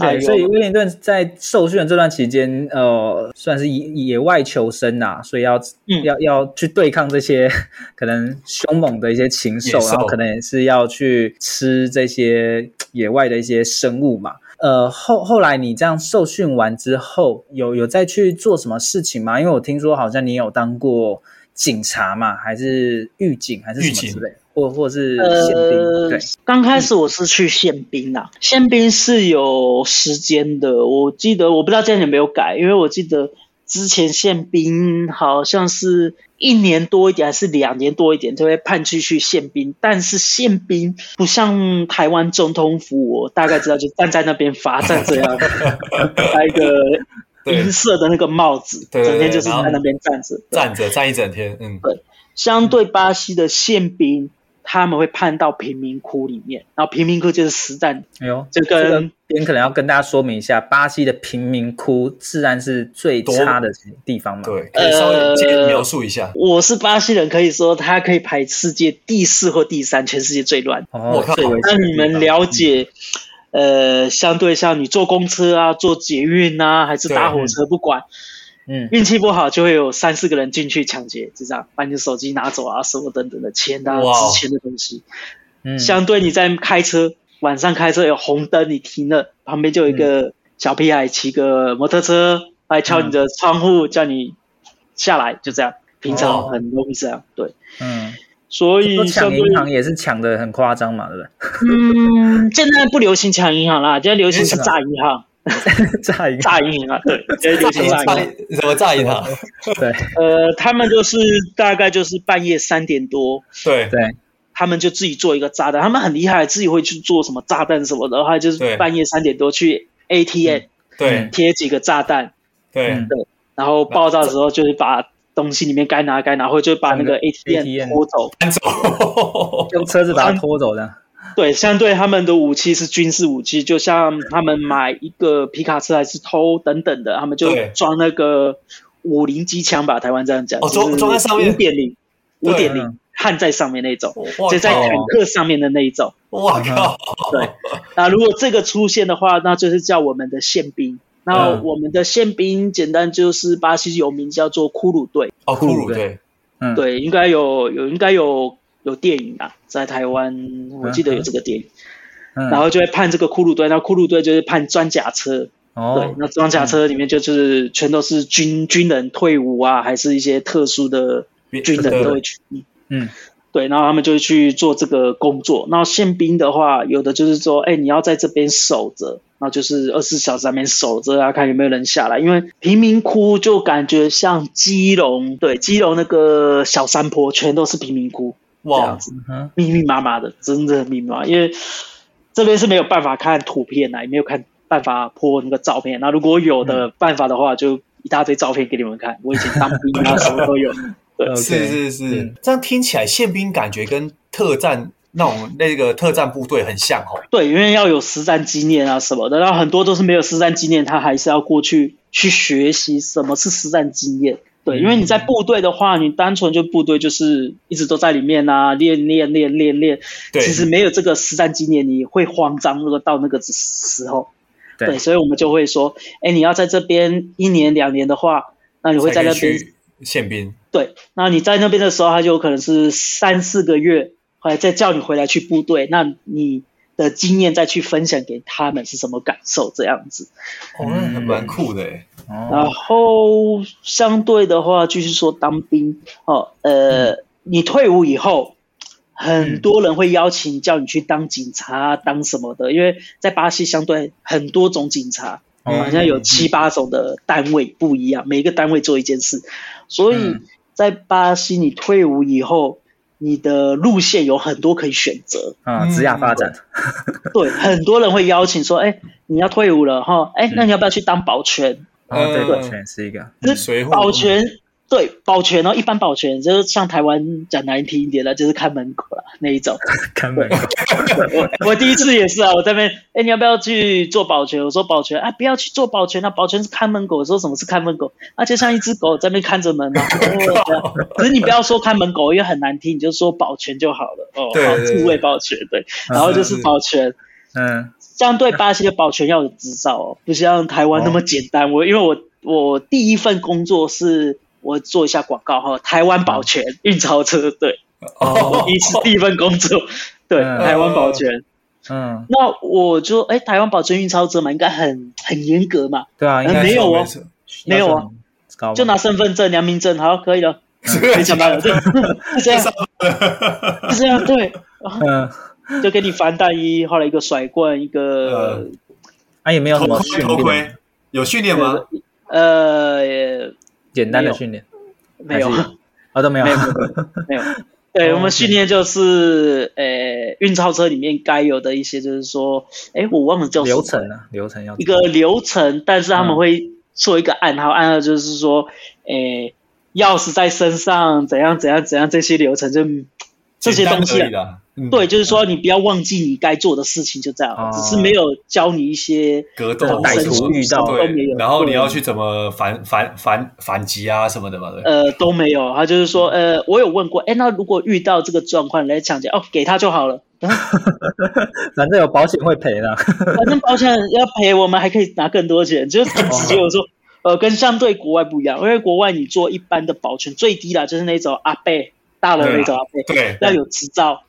Speaker 2: 哎所以威灵顿在受训的这段期间，呃，算是野野外求生呐、所以要、
Speaker 1: 嗯
Speaker 2: 要要去对抗这些 可能凶猛的一些禽兽，
Speaker 3: 野兽
Speaker 2: 然后可能也是要去吃这些野外的一些生物嘛。呃，后后来你这样受训完之后，有有再去做什么事情吗？因为我听说好像你有当过警察嘛，还是狱警，还是什
Speaker 3: 狱
Speaker 2: 么
Speaker 3: 警
Speaker 2: 之类，或或是宪兵？
Speaker 1: 呃
Speaker 2: 对，，
Speaker 1: 刚开始我是去宪兵啦，宪兵是有时间的，我记得我不知道这样有没有改，因为我记得之前宪兵好像是一年多一点还是两年多一点就会判去去宪兵，但是宪兵不像台湾总统府，我大概知道就站在那边罚站 这样，戴一个
Speaker 3: 对
Speaker 1: 银色的那个帽子，
Speaker 3: 对对对
Speaker 1: 整天就是
Speaker 3: 然后
Speaker 1: 在那边站着，
Speaker 3: 站着站一整天，嗯，
Speaker 1: 相对巴西的宪兵，他们会判到贫民窟里面，然后贫民窟就是实战，
Speaker 2: 哎呦，
Speaker 1: 这
Speaker 2: 这个
Speaker 1: 跟
Speaker 2: 边可能要跟大家说明一下，巴西的贫民窟自然是最差的地方嘛。
Speaker 3: 对，可以稍
Speaker 1: 呃
Speaker 3: 微先描述一下。
Speaker 1: 我是巴西人，可以说他可以排世界第四或第三，全世界最乱。
Speaker 2: 哦
Speaker 3: 我靠，
Speaker 2: 最危
Speaker 1: 那
Speaker 2: 险的
Speaker 1: 你
Speaker 2: 地方
Speaker 1: 们了解，呃，相对像你坐公车啊、坐捷运啊，还是搭火车，不管
Speaker 2: 嗯
Speaker 1: 运气不好，就会有三四个人进去抢劫，就这样把你的手机拿走啊，什么等等的钱啊、
Speaker 3: 哇
Speaker 1: 值钱的东西。
Speaker 2: 嗯，
Speaker 1: 相对你在开车，晚上开车有红灯，你停了，旁边就有一
Speaker 2: 嗯
Speaker 1: 个小屁孩骑个摩托车来敲你的窗户，叫你下来，就这样。平常
Speaker 3: 哦
Speaker 1: 很容易这样，对，
Speaker 2: 嗯，说
Speaker 1: 所以
Speaker 2: 抢
Speaker 1: 相对
Speaker 2: 银行也是抢的很夸张嘛，对不对？
Speaker 1: 嗯，现在不流行抢银行啦，现在流行是炸银行，
Speaker 2: 炸银行
Speaker 1: 炸银行啊，对，现在流行 炸银
Speaker 3: 炸
Speaker 1: 行。
Speaker 3: 什么炸银行？
Speaker 2: 对
Speaker 1: 呃，他们就是大概就是半夜三点多，
Speaker 3: 对
Speaker 2: 对，
Speaker 1: 他们就自己做一个炸弹，他们很厉害，自己会去做什么炸弹什么的，然后还有就是
Speaker 3: 对
Speaker 1: 半夜三点多去 ATM
Speaker 3: 对
Speaker 1: 贴几个炸弹，
Speaker 3: 对
Speaker 2: 嗯
Speaker 1: 然后爆炸的时候就是把东西里面该拿该拿，或者就把那个 ATM
Speaker 2: ATM
Speaker 1: 拖走。
Speaker 3: 搬走，
Speaker 2: 用车子把它拖走的。
Speaker 1: 对，相对他们的武器是军事武器，就像他们买一个皮卡车还是偷等等的，他们就
Speaker 3: 对
Speaker 1: 装那个五零机枪吧，台湾这样讲，
Speaker 3: 哦装装在上面
Speaker 1: 五点零，五
Speaker 3: 对啊
Speaker 1: 点零
Speaker 2: 嗯
Speaker 1: 焊在上面那种，
Speaker 3: 哇
Speaker 1: 就在
Speaker 3: 靠
Speaker 1: 坦克上面的那一种。
Speaker 3: 哇靠，
Speaker 1: 那如果这个出现的话，那就是叫我们的宪兵。那
Speaker 3: 嗯
Speaker 1: 我们的宪兵简单就是巴西有名叫做骷髅队。
Speaker 3: 哦，骷
Speaker 2: 骷
Speaker 3: 髅
Speaker 2: 髅
Speaker 3: 对，
Speaker 2: 嗯，，
Speaker 1: 对，应该有有应该有有电影啊，在台湾我记得有这个电影，
Speaker 2: 嗯，
Speaker 1: 然后就会判这个骷髅队，那骷髅队就是判装甲车，对
Speaker 2: 哦，，
Speaker 1: 那装甲车里面就是全都是军军人退伍啊，还是一些特殊的军人都会去，
Speaker 2: 嗯，
Speaker 1: 对，然后他们就会去做这个工作。那宪兵的话，有的就是说，哎，你要在这边守着，那就是二十四小时在那边守着啊，看有没有人下来。因为贫民窟就感觉像基隆，对，基隆那个小山坡全都是贫民窟，这
Speaker 3: 哇
Speaker 1: 样，子
Speaker 2: 嗯哼，
Speaker 1: 密密麻麻的，真的很密密麻麻。因为这边是没有办法看图片啊，也没有看办法破那个照片。那如果有的
Speaker 2: 嗯
Speaker 1: 办法的话，就一大堆照片给你们看。我以前当兵 啊，什么都有。
Speaker 2: OK
Speaker 3: 是是是
Speaker 2: 嗯，
Speaker 3: 这样听起来宪兵感觉跟特战那种那个特战部队很像哦，
Speaker 1: 对，因为要有实战经验啊什么的，然后很多都是没有实战经验，他还是要过去去学习什么是实战经验。对，因为你在
Speaker 3: 嗯
Speaker 1: 部队的话，你单纯就部队就是一直都在里面啊，练练练练练，
Speaker 3: 对
Speaker 1: 其实没有这个实战经验，你会慌张那个到那个时候。
Speaker 2: 对
Speaker 1: 所以我们就会说，哎，你要在这边一年两年的话，那你会在
Speaker 3: 才可
Speaker 1: 那
Speaker 3: 以
Speaker 1: 边
Speaker 3: 去宪兵，
Speaker 1: 对，那你在那边的时候，他就有可能是三四个月，后来再叫你回来去部队，那你的经验再去分享给他们是什么感受这样子。
Speaker 3: 哦，那很蛮酷的欸，
Speaker 2: 哦，
Speaker 1: 然后相对的话，继续说当兵哦，呃，你退伍以后，很多人会邀请叫你去当警察、当什么的，因为在巴西相对很多种警察，
Speaker 2: 嗯
Speaker 1: 好像有七八种的单位不一样，每一个单位做一件事，所以
Speaker 2: 嗯
Speaker 1: 在巴西你退伍以后，你的路线有很多可以选择。
Speaker 2: 啊，职业发展，
Speaker 1: 对，很多人会邀请说，哎，你要退伍了哈，哎，那你要不要去当保全？
Speaker 2: 哦，对，
Speaker 3: 嗯
Speaker 2: 保全是一个，
Speaker 3: 随扈
Speaker 1: 保全对保全哦，一般保全就是像台湾讲难听一点的，就是看门口啦那一种。
Speaker 2: 看门口，
Speaker 1: 我第一次也是啊，我在那边，哎，你要不要去做保全？我说保全啊，不要去做保全啊，保全是看门狗。我说什么是看门狗？啊，就像一只狗在那边看 着门嘛。哦可是你不要说看门狗，因为很难听，你就说保全就好了。哦，
Speaker 3: 对
Speaker 1: 好，
Speaker 3: 对啊
Speaker 1: 自
Speaker 3: 对
Speaker 1: 卫保全对，然后就是保全。
Speaker 2: 嗯，
Speaker 1: 相对巴西的保全要有执照哦，不像台湾那么简单。
Speaker 3: 哦
Speaker 1: 我因为我我第一份工作是我做一下广告哈，台湾保全运钞车，对，
Speaker 3: 哦，
Speaker 1: 第一次第一份工作，对，
Speaker 2: 嗯
Speaker 1: 台湾保全。
Speaker 2: 嗯，
Speaker 1: 那我就哎，台湾保全运钞车嘛，应该很很严格嘛，
Speaker 2: 对啊，应
Speaker 1: 呃
Speaker 2: 该
Speaker 1: 没有哦
Speaker 3: 是
Speaker 1: 没有啊
Speaker 2: 要求很高吧，哎
Speaker 1: 就拿身份证、良民证，好，可以了。没想到有这 是 这样，是这样，对，
Speaker 2: 嗯，
Speaker 1: 就给你防弹衣，后来一个甩棍，一个
Speaker 2: 啊也没有什
Speaker 3: 头
Speaker 2: 么
Speaker 3: 盔
Speaker 2: 训
Speaker 3: 头
Speaker 2: 练，
Speaker 3: 盔有训练吗？
Speaker 1: 呃也
Speaker 2: 简单的
Speaker 1: 没有
Speaker 2: 训练，
Speaker 1: 没有
Speaker 2: 还是啊都没有
Speaker 1: 没有，没有。对
Speaker 2: 哦
Speaker 1: 我们训练就是，呃，运钞车里面该有的一些，就是说，哎，我忘了叫什么
Speaker 2: 流程啊，流程要
Speaker 1: 一个流程，但是他
Speaker 3: 嗯
Speaker 1: 们会做一个暗号，暗号就是说，诶、钥匙在身上，怎样怎样怎样，这些流程就
Speaker 3: 嗯
Speaker 1: 这些东西啊、
Speaker 3: 简单而已啦，嗯
Speaker 1: 对，就是说你不要忘记你该做的事情，就这样，
Speaker 2: 哦
Speaker 1: 只是没有教你一些
Speaker 3: 格斗
Speaker 2: 歹徒遇到
Speaker 1: 都没
Speaker 3: 对，
Speaker 1: 有
Speaker 3: 然后你
Speaker 1: 对
Speaker 3: 要去怎么反反反反击啊什么的嘛，对。
Speaker 1: 呃都没有，他就是说，呃，我有问过，哎，那如果遇到这个状况来抢劫，哦，给他就好了，
Speaker 2: 反正有保险会赔的，
Speaker 1: 反正保险要赔，我们还可以拿更多钱，就是很直接。我说，
Speaker 3: 哦
Speaker 1: 呃，跟相对国外不一样，因为国外你做一般的保全最低啦，就是那种阿贝大人那种阿贝，
Speaker 3: 对，
Speaker 1: 要有执照，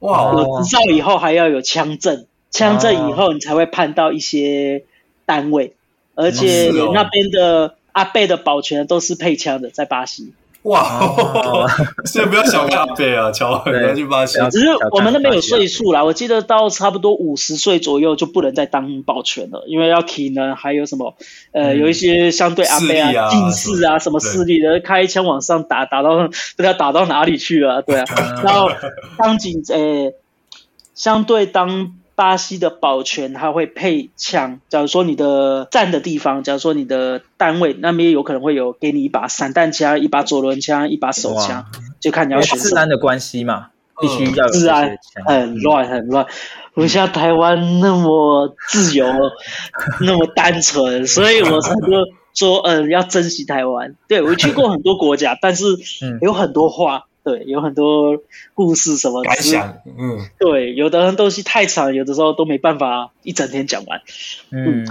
Speaker 3: 哇，
Speaker 2: 哦
Speaker 1: 有执照以后还要有枪证，枪证以后你才会判到一些单位，而且
Speaker 3: 哦是哦
Speaker 1: 那边的阿贝的保全都是配枪的，在巴西。哦
Speaker 3: 哇，所以不要小看阿贝啊，乔，不
Speaker 2: 对
Speaker 3: 要去巴西
Speaker 2: 不。要
Speaker 1: 只是我们那边有
Speaker 2: 小看啊
Speaker 1: 岁数啦，我记得到差不多五十岁左右就不能再当保全了，因为要体能，还有什么呃，有一些相对阿贝
Speaker 3: 势力啊
Speaker 1: 近视啊，什么
Speaker 3: 对
Speaker 1: 视力的，开枪往上打，打到不知道打到哪里去了，对啊。然后当警呃，相对当巴西的保全，他会配枪。假如说你的站的地方，假如说你的单位那边有可能会有给你一把散弹枪、一把左轮枪、一把手枪，就看你
Speaker 2: 因
Speaker 1: 要
Speaker 2: 为
Speaker 1: 选什
Speaker 2: 治
Speaker 1: 么。
Speaker 2: 安的关系嘛，必
Speaker 3: 嗯
Speaker 2: 须要有这
Speaker 1: 治
Speaker 2: 些
Speaker 1: 安
Speaker 2: 枪
Speaker 1: 很乱很乱。不像台湾那么自由，那么单 纯，所以我才说说，嗯、要珍惜台湾。对我去过很多国家， 但是
Speaker 2: 嗯
Speaker 1: 有很多话，对，有很多故事 什么
Speaker 3: 感
Speaker 1: 只是
Speaker 3: 想，嗯，
Speaker 1: 对，有的东西太长，有的时候都没办法一整天讲完。
Speaker 2: 嗯，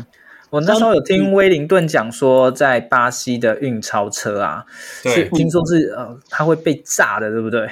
Speaker 2: 我那时候有
Speaker 1: 嗯
Speaker 2: 听威灵顿讲说，在巴西的运钞车啊，是
Speaker 1: 嗯
Speaker 3: 对，
Speaker 2: 听说是呃，它会被炸的，对不对？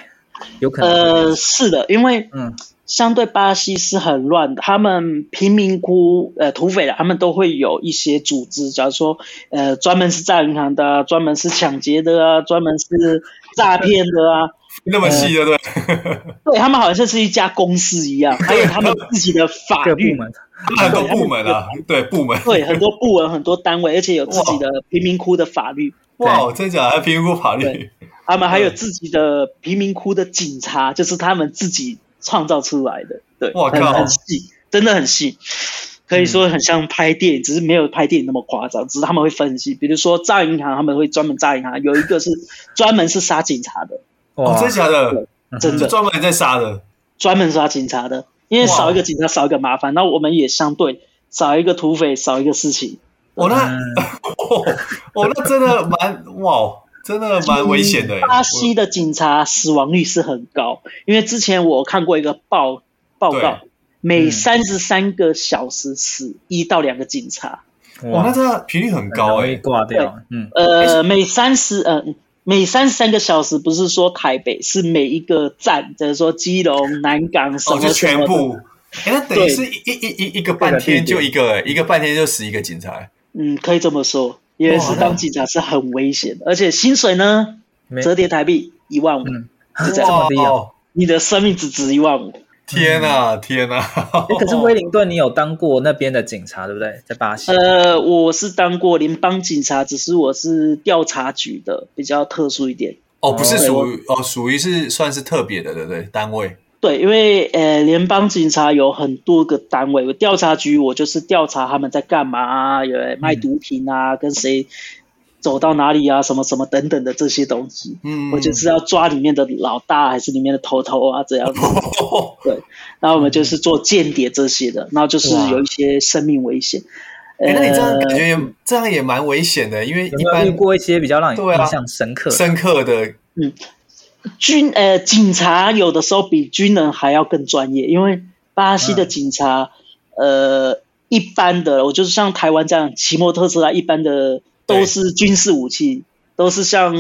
Speaker 2: 有可能，
Speaker 1: 呃，是的，因为
Speaker 2: 嗯
Speaker 1: 相对巴西是很乱的，他们贫民窟呃土匪的，他们都会有一些组织，假如说呃专门是炸银行的啊，专门是抢劫的啊，专门是诈骗的啊，
Speaker 3: 那么细，对不对？
Speaker 1: 对他们好像是一家公司一 样，还有他们自己的法
Speaker 2: 各
Speaker 1: 律
Speaker 2: 部，门
Speaker 3: 他 们很多部门啊，对部门。
Speaker 1: 对很多部门很多单位，而且有自己的贫民窟的法律。
Speaker 3: 哇，真假还评估法律
Speaker 1: 对，他们还有自己的贫民窟的警察，就是他们自己创造出来的。对，
Speaker 3: 哇
Speaker 1: 很
Speaker 3: 靠
Speaker 1: 很细，真的很细，可以说很像拍电影，只是没有拍电影那么夸张，只是他们会分析，比如说炸银行，他们会专门炸银行，有一个是专门是杀警察的，
Speaker 3: 哦，
Speaker 2: 哇，嗯
Speaker 3: 真假的，
Speaker 1: 真
Speaker 3: 是
Speaker 1: 的
Speaker 3: 专门在杀的，
Speaker 1: 专门杀警察的，因为
Speaker 3: 哇
Speaker 1: 少一个警察少一个麻烦，那我们也相对少一个土匪少一个事情。
Speaker 3: 我哦那
Speaker 2: 嗯，
Speaker 3: 我那真的蛮哇，真的蛮危险的。欸
Speaker 1: 嗯巴西的警察死亡率是很高，因为之前我看过一个报报告，
Speaker 2: 嗯
Speaker 1: 每三十三个小时死一到两个警察，
Speaker 3: 哇，那真的频率很高
Speaker 2: 容易
Speaker 3: 哎。
Speaker 1: 欸
Speaker 2: 挂掉，嗯，
Speaker 1: 呃，每三十呃每三十三个小时不是说台北，是每一个站，就是说基隆、南港什
Speaker 3: 哦，
Speaker 1: 么
Speaker 3: 就
Speaker 1: 什
Speaker 3: 全
Speaker 1: 么的
Speaker 3: 部，哎，那等于是一一一一一个半天就一个，欸一个半天就死一个警察，
Speaker 1: 嗯，可以这么说，因为是当警察是很危险的，而且薪水呢
Speaker 2: 没
Speaker 1: 折叠台币一万五，
Speaker 2: 嗯
Speaker 1: 就这样，哦
Speaker 2: 么低啊
Speaker 3: 哇，哦
Speaker 1: 你的生命只值一万五。
Speaker 3: 天
Speaker 1: 嗯
Speaker 3: 哪，天啊哪！
Speaker 2: 哎，可是威灵顿你有当过那边的警察，对不对？在巴西，
Speaker 1: 呃，我是当过联邦警察，只是我是调查局的，比较特殊一点。
Speaker 3: 哦，不是属于哦，属于是算是特别的，对不对？单位
Speaker 1: 对，因为呃，联邦警察有很多个单位，我调查局我就是调查他们在干嘛啊，
Speaker 3: 嗯
Speaker 1: 有人卖毒品啊，跟谁走到哪里啊，什么什么等等的这些东西。
Speaker 3: 嗯
Speaker 1: 我就是要抓里面的老大还是里面的头头啊，这样子。
Speaker 3: 哦
Speaker 1: 然后我们就是做间谍这些的，然后就是
Speaker 2: 哇
Speaker 1: 有一些生命危险。
Speaker 3: 哎，那你这样感
Speaker 1: 呃
Speaker 3: 觉也这样也蛮危险的，因为
Speaker 2: 有没
Speaker 3: 一
Speaker 2: 有遇
Speaker 3: 般
Speaker 2: 过一些比较让你
Speaker 3: 对啊
Speaker 2: 印象深刻？
Speaker 3: 深刻的
Speaker 1: 军呃警察有的时候比军人还要更专业，因为巴西的警察、
Speaker 3: 嗯
Speaker 1: 呃一般的，我就是像台湾这样骑摩托车啊，一般的
Speaker 3: 对
Speaker 1: 都是军事武器，都是像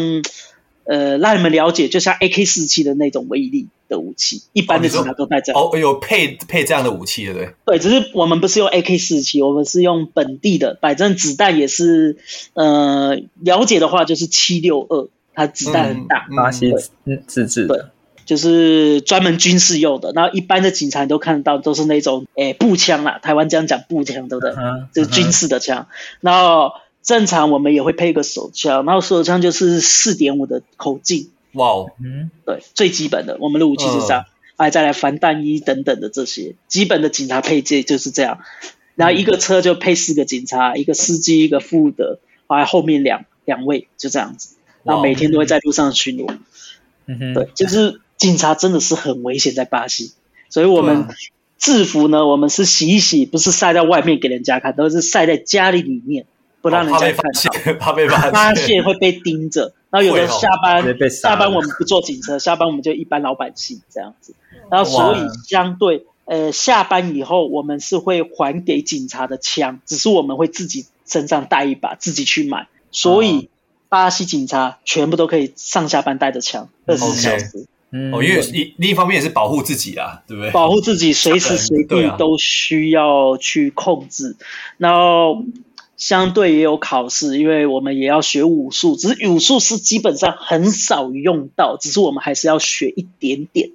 Speaker 1: 呃让你们了解，就像 AK 四七的那种威力的武器，一般的警察都带这样。
Speaker 3: 哦，有配配这样的武器，对不对？
Speaker 1: 对，只是我们不是用 AK 四七，我们是用本地的，反正子弹也是呃了解的话就是七六二。它子弹很大，
Speaker 2: 巴西嗯自制的，
Speaker 1: 就是专门军事用的。然后一般的警察你都看得到，都是那种诶步枪啦，台湾这样讲步枪，对不对？
Speaker 2: 嗯，
Speaker 1: 就是军事的枪。然后正常我们也会配一个手枪，然后手枪就是四点五的口径，
Speaker 3: 哇哦，
Speaker 2: 嗯
Speaker 1: 对，最基本的，我们的武器是这样，哎、再来防弹衣等等的这些基本的警察配件就是这样。然后一个车就配四个警察，一个司机，一个副的，还有后面两两位，就这样子。然后每天都会在路上巡逻。
Speaker 2: 嗯哼，
Speaker 1: 对，就是警察真的是很危险，在巴西，所以我们
Speaker 3: 对啊
Speaker 1: 制服呢，我们是洗一洗，不是晒在外面给人家看，都是晒在家里里面，不让人
Speaker 3: 哦怕
Speaker 1: 家
Speaker 3: 被
Speaker 1: 看
Speaker 3: 发
Speaker 1: 到。
Speaker 3: 现，怕被发
Speaker 1: 发
Speaker 3: 现，
Speaker 1: 现会被盯着，然后有的
Speaker 3: 会哦
Speaker 1: 下班、
Speaker 2: 直接被杀
Speaker 1: 下班
Speaker 2: 了
Speaker 1: 我们不坐警车，下班我们就一般老百姓这样子。然后所以
Speaker 2: 哇
Speaker 1: 相对呃下班以后，我们是会还给警察的枪，只是我们会自己身上带一把，自己去买。所
Speaker 3: 哦
Speaker 1: 以巴西警察全部都可以上下班带着枪，二十四
Speaker 3: OK
Speaker 1: 小时。
Speaker 2: 嗯
Speaker 3: 哦，因为一另一方面也是保护自己啦，对不对？
Speaker 1: 保护自己，随时随
Speaker 3: 对
Speaker 1: 地
Speaker 3: 啊
Speaker 1: 都需要去控制。然后相对也有考试，因为我们也要学武术，只是武术是基本上很少用到，只是我们还是要学一点点。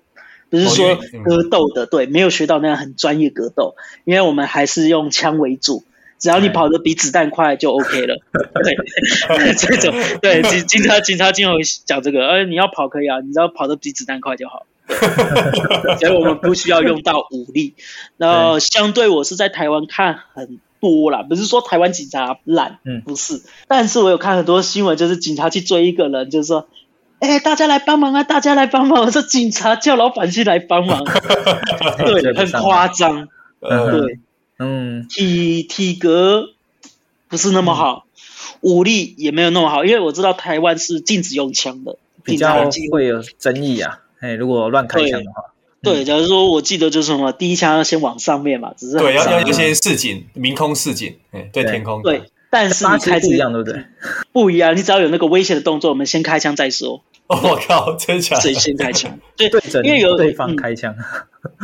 Speaker 1: 不是说
Speaker 3: 哦因为嗯
Speaker 1: 格斗的，对，没有学到那样很专业格斗，因为我们还是用枪为主，只要你
Speaker 2: 对
Speaker 1: 跑得比子弹快就 OK 了。对， 这种对警警察警察经常会讲这个，呃，你要跑可以啊，你只要跑得比子弹快就好。对 所以我们不需要用到武力。那相对我是在台湾看很多啦，不是说台湾警察懒，
Speaker 2: 嗯
Speaker 1: 不是，但是我有看很多新闻，就是警察去追一个人，就是说。哎、大家来帮忙啊！大家来帮忙！我说警察叫老百姓来帮 忙， 对，很夸张，
Speaker 3: 呃
Speaker 2: 嗯
Speaker 1: 对，
Speaker 2: 嗯
Speaker 1: 体体格不是那么好，
Speaker 2: 嗯
Speaker 1: 武力也没有那么好，因为我知道台湾是禁止用枪的，
Speaker 2: 比
Speaker 1: 警察
Speaker 2: 较
Speaker 1: 有禁
Speaker 2: 会有争议啊，哎，如果乱开枪的话，
Speaker 1: 对，假如说我记得就是什么，第一枪要先往上面嘛，只是
Speaker 3: 对，
Speaker 1: 很
Speaker 3: 要
Speaker 1: 少
Speaker 3: 要要先示警，明空示警，哎，对
Speaker 2: 对
Speaker 3: 天空，
Speaker 1: 嗯对，但是
Speaker 2: 八
Speaker 1: 你
Speaker 2: 七
Speaker 1: 开始
Speaker 2: 不一样，对不对？
Speaker 1: 不一样，你只要有那个危险的动作，我们先开枪 再说，
Speaker 3: 哦，我靠，真假的？
Speaker 1: 谁先开枪？对
Speaker 2: 对准
Speaker 1: 因为有
Speaker 2: 对方
Speaker 1: 嗯
Speaker 2: 开枪，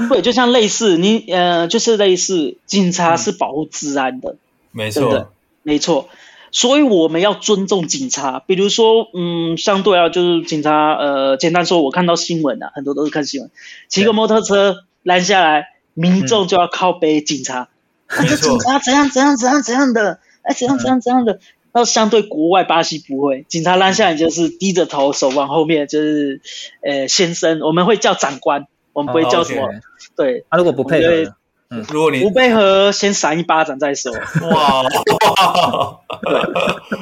Speaker 1: 对，就像类似你呃，就是类似警察是保护治安的，
Speaker 3: 没
Speaker 1: 真
Speaker 3: 错
Speaker 1: 的，没错。所以我们要尊重警察，比如说，嗯，相对啊，就是警察，呃，简单说，我看到新闻啊，很多都是看新闻，骑个
Speaker 2: 对
Speaker 1: 摩托车拦下来，民众就要靠背警察，啊，
Speaker 3: 没
Speaker 1: 这
Speaker 3: 错
Speaker 1: 警察怎样怎样怎样怎样的，哎，怎样怎样怎样的。那相对国外巴西不会，警察拦下来就是低着头，手往后面，就是，呃，先生，我们会叫长官，我们不会
Speaker 2: 哦
Speaker 1: 叫
Speaker 3: ，OK
Speaker 1: 什么，对，
Speaker 2: 啊他如果不配
Speaker 1: 我觉
Speaker 2: 合
Speaker 1: 得
Speaker 2: 呢，
Speaker 3: 如果你
Speaker 1: 不配合先闪一巴掌再说。
Speaker 3: 哇哦哇，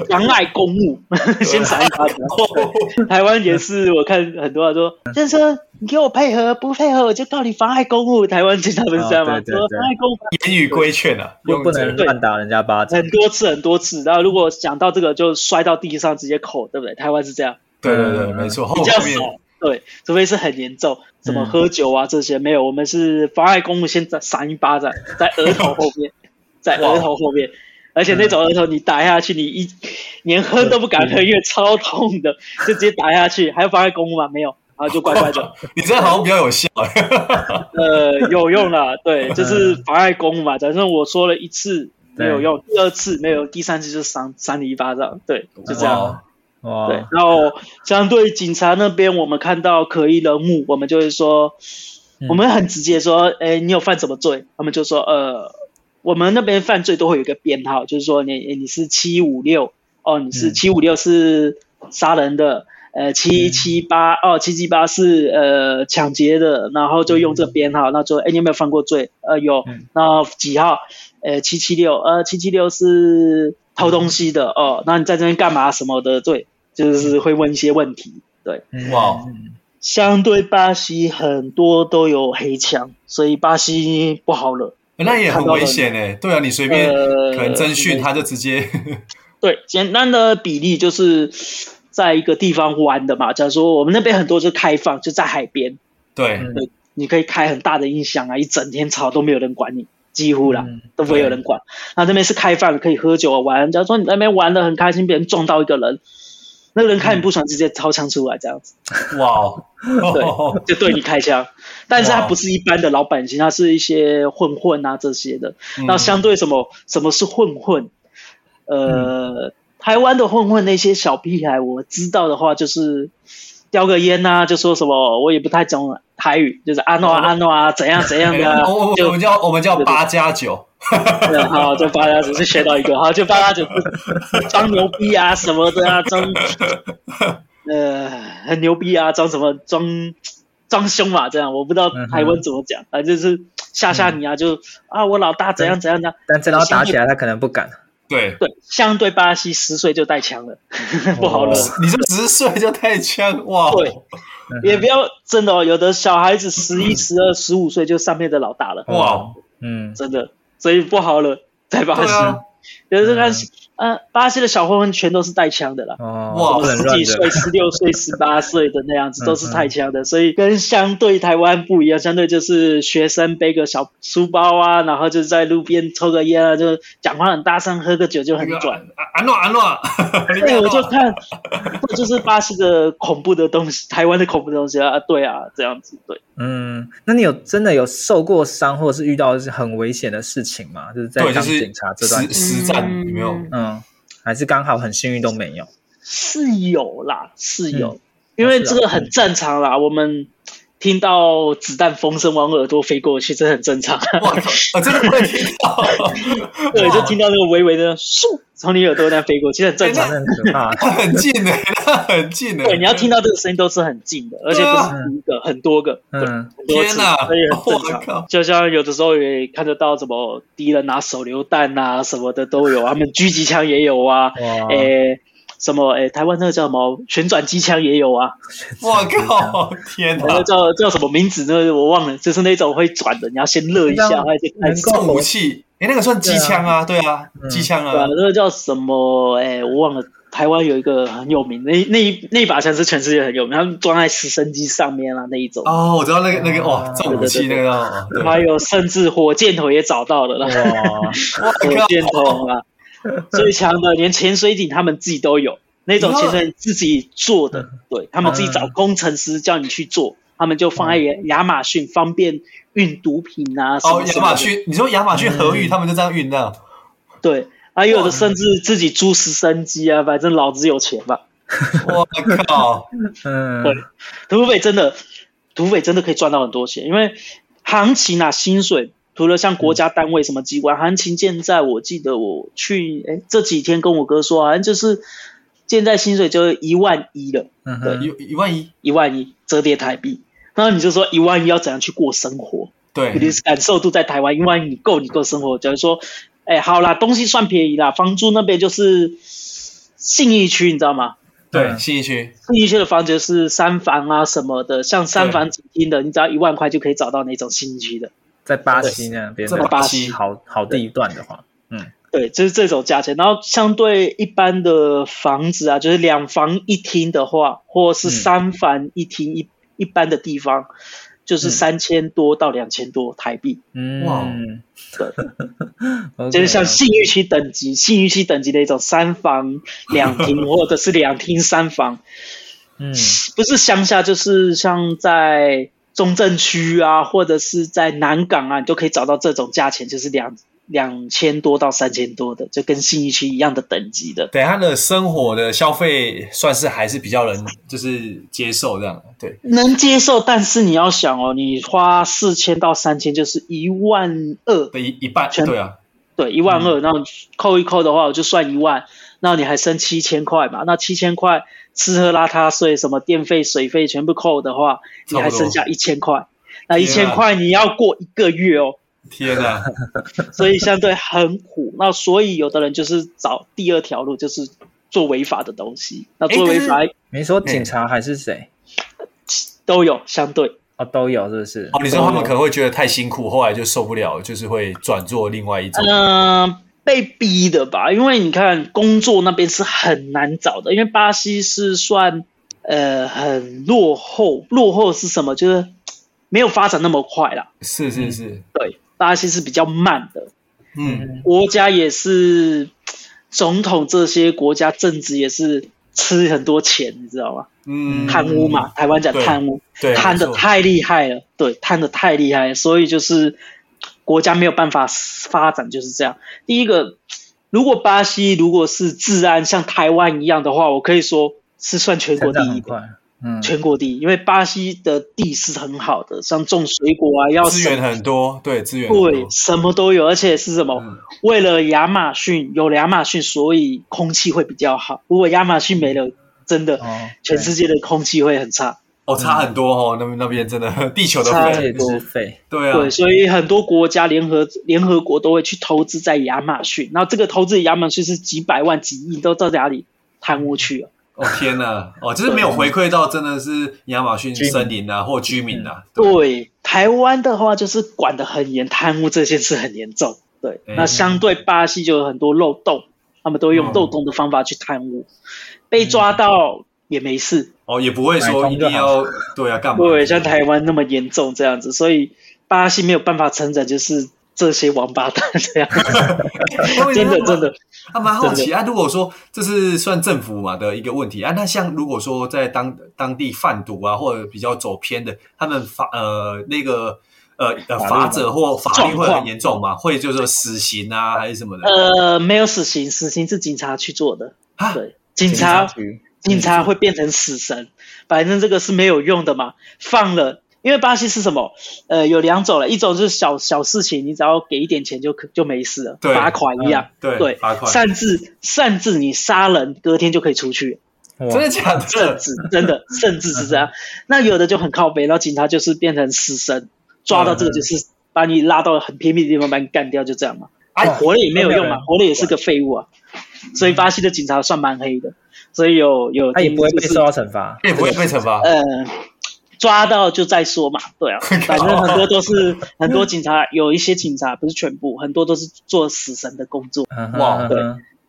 Speaker 1: 妨碍公务， 先闪一巴掌。 对台湾也是，我看很多人说，
Speaker 2: 嗯
Speaker 1: 先生，你给我配合，不配合我就告你妨碍公务。台湾警察不是这样吗？
Speaker 2: 哦对对
Speaker 1: 说
Speaker 2: 对
Speaker 1: 妨碍公务
Speaker 3: 言语规劝啊，
Speaker 2: 又
Speaker 3: 用
Speaker 2: 不
Speaker 3: 这
Speaker 2: 能
Speaker 3: 个
Speaker 2: 乱打人家巴掌，
Speaker 1: 很多次很多次，然后如果讲到这个就摔到地上直接扣，对不对？台湾是这样，
Speaker 3: 对对对，没错，后
Speaker 1: 比较
Speaker 3: 面
Speaker 1: 少。对，除非是很严重，什么
Speaker 2: 嗯
Speaker 1: 喝酒啊这些没有，我们是妨碍公务，先闪一巴掌，在额头后面， 在额头后面，而且那种额头你打下去，你一连哼都不敢
Speaker 3: 嗯
Speaker 1: 哼，因为超痛的，就直接打下去。还有妨碍公务吗？没有，然后就乖 乖的，
Speaker 3: 你这好像比较有效，
Speaker 1: 呃，有用啦，对，就是
Speaker 3: 嗯
Speaker 1: 妨碍公务嘛。反正我说了一次没有用，第二次没有用，第三次就赏赏你一巴掌，对，就这样。
Speaker 3: 哇哦
Speaker 2: 哇，
Speaker 1: 对，然后相对警察那边，我们看到可疑人物，我们就会说，
Speaker 2: 嗯
Speaker 1: 我们很直接说，哎，你有犯什么罪？他们就说，呃，我们那边犯罪都会有一个编号，就是说你诶你是七五六，哦，你是
Speaker 2: 嗯
Speaker 1: 七五六是杀人的，呃，七七
Speaker 3: 嗯
Speaker 1: 八哦，七七八是呃抢劫的，然后就用这个编
Speaker 3: 嗯
Speaker 1: 号，那说，哎，你有没有犯过罪？呃，有
Speaker 2: 嗯，
Speaker 1: 那几号？呃，七七六，呃，七七六是偷东西的哦，那你在这边干嘛什么的？对，就是会问一些问题。对，
Speaker 2: 嗯
Speaker 3: 哇，哦
Speaker 1: 相对巴西很多都有黑枪，所以巴西不好惹。
Speaker 3: 那也很危险哎，对啊，你随便
Speaker 1: 呃
Speaker 3: 可能征讯他就直接，
Speaker 1: 对，简单的比例就是在一个地方玩的嘛。假如说我们那边很多就开放，就在海边，
Speaker 3: 对，
Speaker 1: 嗯你可以开很大的音响啊，一整天吵都没有人管你，几乎啦、
Speaker 2: 嗯
Speaker 1: 都不会有人管。那这边是开放，可以喝酒啊玩。假如说你在那边玩的很开心，别人撞到一个人，那个人看你不爽，直接掏枪出来这样子，
Speaker 3: 哇，哦，
Speaker 1: 就对你开枪。但是他
Speaker 3: 哇
Speaker 1: 不是一般的老百姓，他是一些混混啊这些的。
Speaker 3: 嗯
Speaker 1: 那相对什么什么是混混？呃，台湾的混混那些小屁孩，我知道的话就是叼个烟呐、就说什么我也不太懂台语，就是阿诺啊阿诺啊怎样怎样 的、啊
Speaker 3: 嗯哎我，哦我我
Speaker 1: 就
Speaker 3: 们叫我们叫八加九，
Speaker 1: 嗯好就八加九是学到一个，好就八加九是装牛逼啊什么的啊装，呃很牛逼啊装什么装装凶嘛这样，我不知道
Speaker 3: 嗯
Speaker 1: 台湾怎么讲，反正就是吓吓你啊就啊我老大怎样怎样的、
Speaker 2: 但真的要打起来，他可能不敢。
Speaker 3: 对，
Speaker 1: 对，相对巴西十岁就带枪了， 不好了。
Speaker 2: 哦
Speaker 3: 你这十岁就太呛哇！啊
Speaker 1: 对，也不要真的哦，有的小孩子十一、十二、十五岁就上面的老大了，
Speaker 3: 哇，
Speaker 2: 哦
Speaker 3: 哦
Speaker 2: 嗯，
Speaker 1: 真的，所以不好了，在巴
Speaker 3: 对
Speaker 1: 西。
Speaker 3: 啊，
Speaker 1: 有的看，呃，巴西的小混混全都是带枪的啦，
Speaker 2: 哦，不
Speaker 3: 哇
Speaker 2: 能
Speaker 1: 十
Speaker 2: 乱
Speaker 1: 几岁、
Speaker 2: 的。
Speaker 1: 十六岁、十八岁的那样子
Speaker 2: 嗯
Speaker 1: 都是带枪的，所以跟相对台湾不一样，相对就是学生背个小书包啊，然后就在路边抽个烟啊，就讲话很大声，喝个酒就很拽。
Speaker 3: 啊安诺安诺， 你不
Speaker 1: 对，
Speaker 3: 要
Speaker 1: 我
Speaker 3: 乱
Speaker 1: 就
Speaker 2: 啊
Speaker 1: 看，这就是巴西的恐怖的东西，台湾的恐怖的东西啊，对啊，这样子，对，
Speaker 2: 嗯，那你有真的有受过伤，或者是遇到很危险的事情吗？就是在
Speaker 3: 对，就
Speaker 2: 当
Speaker 3: 是
Speaker 2: 警察这段
Speaker 3: 实，实战有没有？
Speaker 2: 嗯，还是刚好很幸运都没有。
Speaker 1: 是有啦，是有，
Speaker 2: 嗯
Speaker 1: 因为这个很正常啦，我们听到子弹风声往耳朵飞过去，这很正常，
Speaker 3: 哇，我真的会听到，
Speaker 1: 对，就听到那个微微的咻从你耳朵那样飞过去，很正常
Speaker 2: 那。很可 怕。
Speaker 3: 哎那很近哎，那很近哎，
Speaker 1: 对，你要听到这个声音都是很近的，而且不
Speaker 3: 对
Speaker 2: 啊
Speaker 1: 是一个，很多个，对，
Speaker 2: 嗯，
Speaker 1: 很多
Speaker 3: 天
Speaker 1: 次，
Speaker 3: 哪
Speaker 1: 所以很，正
Speaker 3: 我
Speaker 1: 常。
Speaker 3: 靠，
Speaker 1: 就像有的时候也看得到什么敌人拿手榴弹啊什么的都有，他们狙击枪也有 啊，
Speaker 2: 哇，
Speaker 1: 诶、什么诶、台湾那个叫什么旋转机枪也有啊，
Speaker 3: 我靠， 天
Speaker 1: 那
Speaker 3: 哪
Speaker 1: 个，叫叫什么名字呢？我忘了，就是那种会转的，你要先热一
Speaker 2: 那
Speaker 1: 下，
Speaker 2: 种
Speaker 1: 它就开始
Speaker 2: 能
Speaker 3: 这
Speaker 2: 够
Speaker 3: 武器，哎，那个算机枪啊，对啊，
Speaker 1: 嗯
Speaker 3: 机枪
Speaker 1: 转。
Speaker 3: 啊，
Speaker 1: 那个叫什么？诶、我忘了。台湾有一个很有名，那那一那一把枪是全世界很有名，他们装在直升机上面啊那一种，
Speaker 3: 哦，我知道那个那个哇，这武器那
Speaker 1: 啊对对对
Speaker 3: 个哦，对，
Speaker 1: 还有甚至火箭筒也找到了啦。
Speaker 2: 哇，
Speaker 1: 火箭筒啊，最强的连潜水艇他们自己都有，那种潜水艇自己做的，
Speaker 3: 嗯
Speaker 1: 对他们自己找工程师叫你去做，他们就放在亚亚马逊方便运毒品啊
Speaker 3: 嗯
Speaker 1: 什
Speaker 3: 哦，
Speaker 1: 么
Speaker 3: 亚
Speaker 1: 什么
Speaker 3: 马
Speaker 1: 的，
Speaker 3: 逊，你说亚马逊河
Speaker 1: 嗯
Speaker 3: 域，他们就这样运那，
Speaker 1: 对，还有的甚至自己租直升机啊，反正老子有钱吧。
Speaker 3: 我靠，
Speaker 2: 嗯，
Speaker 1: 土匪真的，土匪真的可以赚到很多钱，因为行情啊，薪水除了像国家单位什么机关，行情现在我记得我去，哎，这几天跟我哥说，好像就是现在薪水就一万一了，
Speaker 2: 嗯
Speaker 3: 一
Speaker 2: 哼，
Speaker 3: 一万一，
Speaker 1: 一万一折叠台币。然后你就说一万一要怎样去过生活？
Speaker 3: 对
Speaker 1: 你，的感受度在台湾，一万一你够你够生活。假如说，哎，好啦，东西算便宜啦，房租那边就是信义区，你知道吗？
Speaker 3: 对，新一区，
Speaker 1: 信义区的房子就是三房啊什么的，像三房几厅的，你只要一万块就可以找到那种信义区的。
Speaker 2: 在巴西那边的
Speaker 3: 在
Speaker 1: 巴
Speaker 3: 西
Speaker 2: 好好地段的话，
Speaker 1: 对，就是这种价钱。然后相对一般的房子啊，就是两房一厅的话，或是三房一厅一、一般的地方，就是
Speaker 2: 嗯
Speaker 1: 三千多到两千多台币。
Speaker 3: 哇
Speaker 2: 嗯，对，啊
Speaker 1: 就是像信誉区等级、信誉区等级的一种三房两 厅，或者是两厅三房，
Speaker 2: 嗯
Speaker 1: 不是乡下，就是像在中正区啊，或者是在南港啊，你都可以找到这种价钱，就是两两千多到三千多的，就跟信义区一样的等级的。
Speaker 3: 对他的生活的消费算是还是比较能就是接受这样，对，
Speaker 1: 能接受，但是你要想哦，你花四千到三千，就是一万二，
Speaker 3: 对一一半，
Speaker 1: 全
Speaker 3: 对啊，
Speaker 1: 对，一万二，然后扣一扣的话，我就算一万，那你还剩七千块嘛？那七千块吃喝拉撒睡，什么电费、水费全部扣的话，你还剩下一千块。那一
Speaker 3: 天
Speaker 1: 千
Speaker 3: 啊
Speaker 1: 块你要过一个月哦，
Speaker 3: 天 哪，
Speaker 1: 所以相对很苦。那所以有的人就是找第二条路，就是做违法的东西。那做违法
Speaker 2: 你说警察还是谁？
Speaker 1: 都有相对，
Speaker 2: 哦，都有是不是？
Speaker 3: 哦，你说他们可能会觉得太辛苦，后来就受不了，就是会转做另外一种
Speaker 1: 嗯、，被逼的吧？因为你看工作那边是很难找的，因为巴西是算呃很落后，落后是什么？就是没有发展那么快啦。
Speaker 3: 是是是，
Speaker 1: 对，巴西是比较慢的，
Speaker 3: 嗯，
Speaker 1: 国家也是总统这些国家政治也是吃很多钱，你知道吗？
Speaker 3: 嗯，
Speaker 1: 贪污嘛，台湾讲
Speaker 3: 对
Speaker 1: 贪污，
Speaker 3: 对，
Speaker 1: 贪的
Speaker 3: 没错
Speaker 1: 太厉害了，对，贪的太厉害了，所以就是国家没有办法发展，就是这样。第一个，如果巴西如果是治安像台湾一样的话，我可以说是算全国
Speaker 2: 成长
Speaker 1: 第一
Speaker 2: 很
Speaker 1: 的。
Speaker 2: 快，嗯，
Speaker 1: 全国第一，因为巴西的地是很好的，像种水果啊，要
Speaker 3: 资源很多，对，资源很多
Speaker 1: 对，什么都有，而且是什么？
Speaker 3: 嗯
Speaker 1: 为了亚马逊有亚马逊，所以空气会比较好。如果亚马逊没了，真的、
Speaker 2: 哦
Speaker 1: 全世界的空气会很差。
Speaker 3: 哦，差很多哦，那边那边真的 地球的
Speaker 1: 差
Speaker 2: 这
Speaker 3: 肺，
Speaker 2: 也是废，
Speaker 3: 对啊，
Speaker 1: 对，所以很多国家联合联合国都会去投资在亚马逊，然后这个投资亚马逊是几百万、几亿都到哪里贪污去了。
Speaker 3: 哦天呐，哦，就是没有回馈到真的是亚马逊森林啊，或居民
Speaker 1: 嗯
Speaker 3: 啊，对，
Speaker 1: 对，台湾的话就是管得很严，贪污这件事很严重。对，
Speaker 3: 嗯
Speaker 1: 那相对巴西就有很多漏洞，他们
Speaker 3: 嗯
Speaker 1: 都用漏洞的方法去贪污，被抓到也没事。
Speaker 3: 哦也不会说一定要对啊干嘛，
Speaker 1: 对，像台湾那么严重这样子，所以巴西没有办法成长，就是这些王八蛋 这样子。
Speaker 3: 湾
Speaker 1: 真的真的，
Speaker 3: 他蛮好奇
Speaker 1: 真
Speaker 3: 啊。如果说这是算政府嘛的一个问题啊，那像如果说在当当地贩毒啊，或者比较走偏的，他们法呃那个呃呃
Speaker 2: 法律
Speaker 3: 法者或法律会
Speaker 1: 状况
Speaker 3: 很严重吗？会就是说死刑啊，还是什么的？
Speaker 1: 呃，没有死刑，死刑是警察去做的。
Speaker 3: 啊
Speaker 1: 对，警
Speaker 2: 察
Speaker 1: 察
Speaker 2: 局
Speaker 1: 警察会变成死神，反正这个是没有用的嘛，放了。因为巴西是什么？呃，有两种了，一种就是小小事情，你只要给一点钱就可就没事了，
Speaker 3: 对
Speaker 1: 罚款一样。
Speaker 3: 对
Speaker 1: 对
Speaker 3: 罚款
Speaker 1: 擅自擅自你杀人，隔天就可以出去。
Speaker 3: 真的假的？
Speaker 1: 甚至真 的，甚至是这样。那有的就很靠北，然后警察就是变成死神，抓到这个就是把你拉到很偏僻的地方把你干掉，就这样嘛。哎，活了也没有用嘛，活了也是个废物啊。所以巴西的警察算蛮黑的，所以有有
Speaker 2: 啊他也不会
Speaker 1: 就
Speaker 2: 被
Speaker 1: 是
Speaker 2: 受到惩罚，
Speaker 3: 也不会被惩罚。
Speaker 1: 呃抓到就再说 嘛，对啊，反正很多都是很多警察，有一些警察不是全部，很多都是做死神的工作，
Speaker 2: 嗯哼
Speaker 3: 哇
Speaker 2: 嗯哼
Speaker 1: 对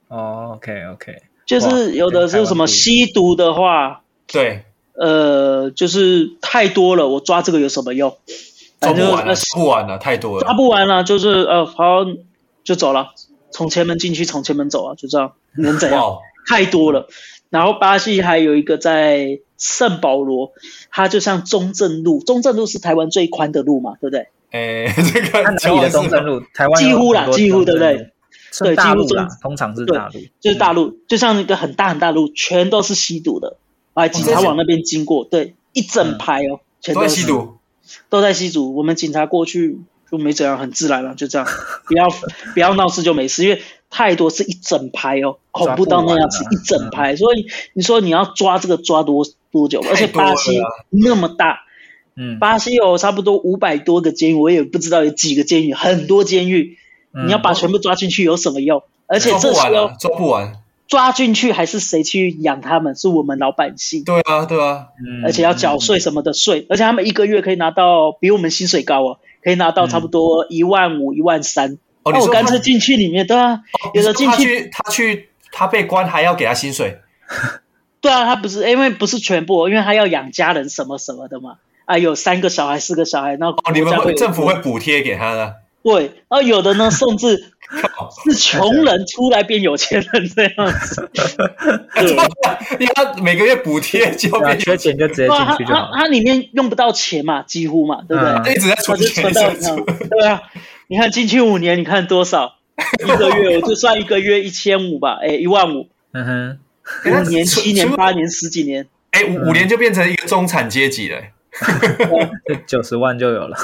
Speaker 2: 哦，OK OK，
Speaker 1: 就是有的是什么吸毒的话，
Speaker 3: 对，
Speaker 1: 呃，就是太多了，我抓这个有什么用？
Speaker 3: 抓
Speaker 1: 反正
Speaker 3: 不完了，
Speaker 1: 呃
Speaker 3: 抓不完了，太多
Speaker 1: 抓
Speaker 3: 了。
Speaker 1: 不完了，就是呃，好就走了，从前门进去，从前门走啊，就这样，能怎样？
Speaker 3: 哇，
Speaker 1: 太多了。然后巴西还有一个在圣保罗，它就像中正路，中正路是台湾最宽的路嘛，对不对？
Speaker 3: 哎， 这个
Speaker 2: 他哪里的中正路？台湾有
Speaker 1: 几乎啦
Speaker 2: 很多
Speaker 1: 几乎
Speaker 2: 中正
Speaker 1: 对不
Speaker 2: 路
Speaker 1: 对？
Speaker 2: 是
Speaker 1: 对
Speaker 2: 大
Speaker 1: 几乎
Speaker 2: 陆啦
Speaker 1: 中，
Speaker 2: 通常是
Speaker 1: 对
Speaker 2: 大陆。
Speaker 1: 就是大
Speaker 3: 嗯
Speaker 1: 陆，就像一个很大很大的路，全都是吸毒的，
Speaker 3: 哦
Speaker 1: 哎，警察往那边经过，对，一整排哦，全
Speaker 3: 都
Speaker 1: 都
Speaker 3: 在
Speaker 1: 是
Speaker 3: 吸，毒，
Speaker 1: 都在吸毒。我们警察过去就没怎样，很自然了，就这样，不要不要闹事就没事，因为太多是一整排哦，恐怖到那样，是
Speaker 2: 抓不完啊
Speaker 1: 一整排，所以你说你要抓这个抓多多久？而且
Speaker 3: 多了啊
Speaker 1: 巴西那么大，
Speaker 2: 嗯，
Speaker 1: 巴西有差不多五百多个监狱，我也不知道有几个监狱，很多监狱，
Speaker 2: 嗯
Speaker 1: 你要把全部抓进去有什么用？而且
Speaker 3: 抓
Speaker 1: 这
Speaker 3: 不
Speaker 1: 时
Speaker 3: 完
Speaker 1: 候
Speaker 3: 了，抓不完。
Speaker 1: 抓进去还是谁去养他们？是我们老百姓，
Speaker 3: 对啊，对啊，
Speaker 2: 嗯
Speaker 1: 而且要缴税什么的税，而且他们一个月可以拿到比我们薪水高哦，可以拿到差不多一万五、一万三。
Speaker 3: 嗯哦
Speaker 1: 那
Speaker 3: 你
Speaker 1: 我
Speaker 3: 说
Speaker 1: 干
Speaker 3: 他哦
Speaker 1: 脆进去里面，对啊，有的进
Speaker 3: 他
Speaker 1: 去，
Speaker 3: 去，他去，他被关还要给他薪水，
Speaker 1: 对啊，他不是因为不是全部哦，因为他要养家人什么什么的嘛。啊，有三个小孩、四个小孩，那
Speaker 3: 哦，
Speaker 1: 国
Speaker 3: 你们
Speaker 1: 家
Speaker 3: 会
Speaker 1: 会
Speaker 3: 政府会补贴给他的。
Speaker 1: 对，然后有的呢，甚至是穷人出来变有钱人这样 子。对
Speaker 3: 因为他每个月补贴就
Speaker 2: 对啊
Speaker 3: 被
Speaker 2: 缺钱就直接
Speaker 1: 对
Speaker 2: 进
Speaker 1: 啊，它
Speaker 2: 去就好了。
Speaker 1: 它它里面用不到钱嘛，几乎嘛，对不对？
Speaker 2: 嗯
Speaker 3: 一直在
Speaker 1: 我
Speaker 3: 存
Speaker 1: 就
Speaker 3: 钱，
Speaker 1: 存
Speaker 3: 一
Speaker 1: 到
Speaker 3: 直在
Speaker 1: 嗯
Speaker 3: 存，
Speaker 1: 对啊，你看进去五年，你看多少？一个月我就算一个月一千五吧，哎，一万五，
Speaker 2: 嗯哼，
Speaker 1: 五年、
Speaker 3: 哎存
Speaker 1: 七年、
Speaker 3: 存
Speaker 1: 八年、十几年，
Speaker 3: 哎，
Speaker 1: 嗯
Speaker 3: 五五年就变成一个中产阶级了。
Speaker 2: 这九十万就有了。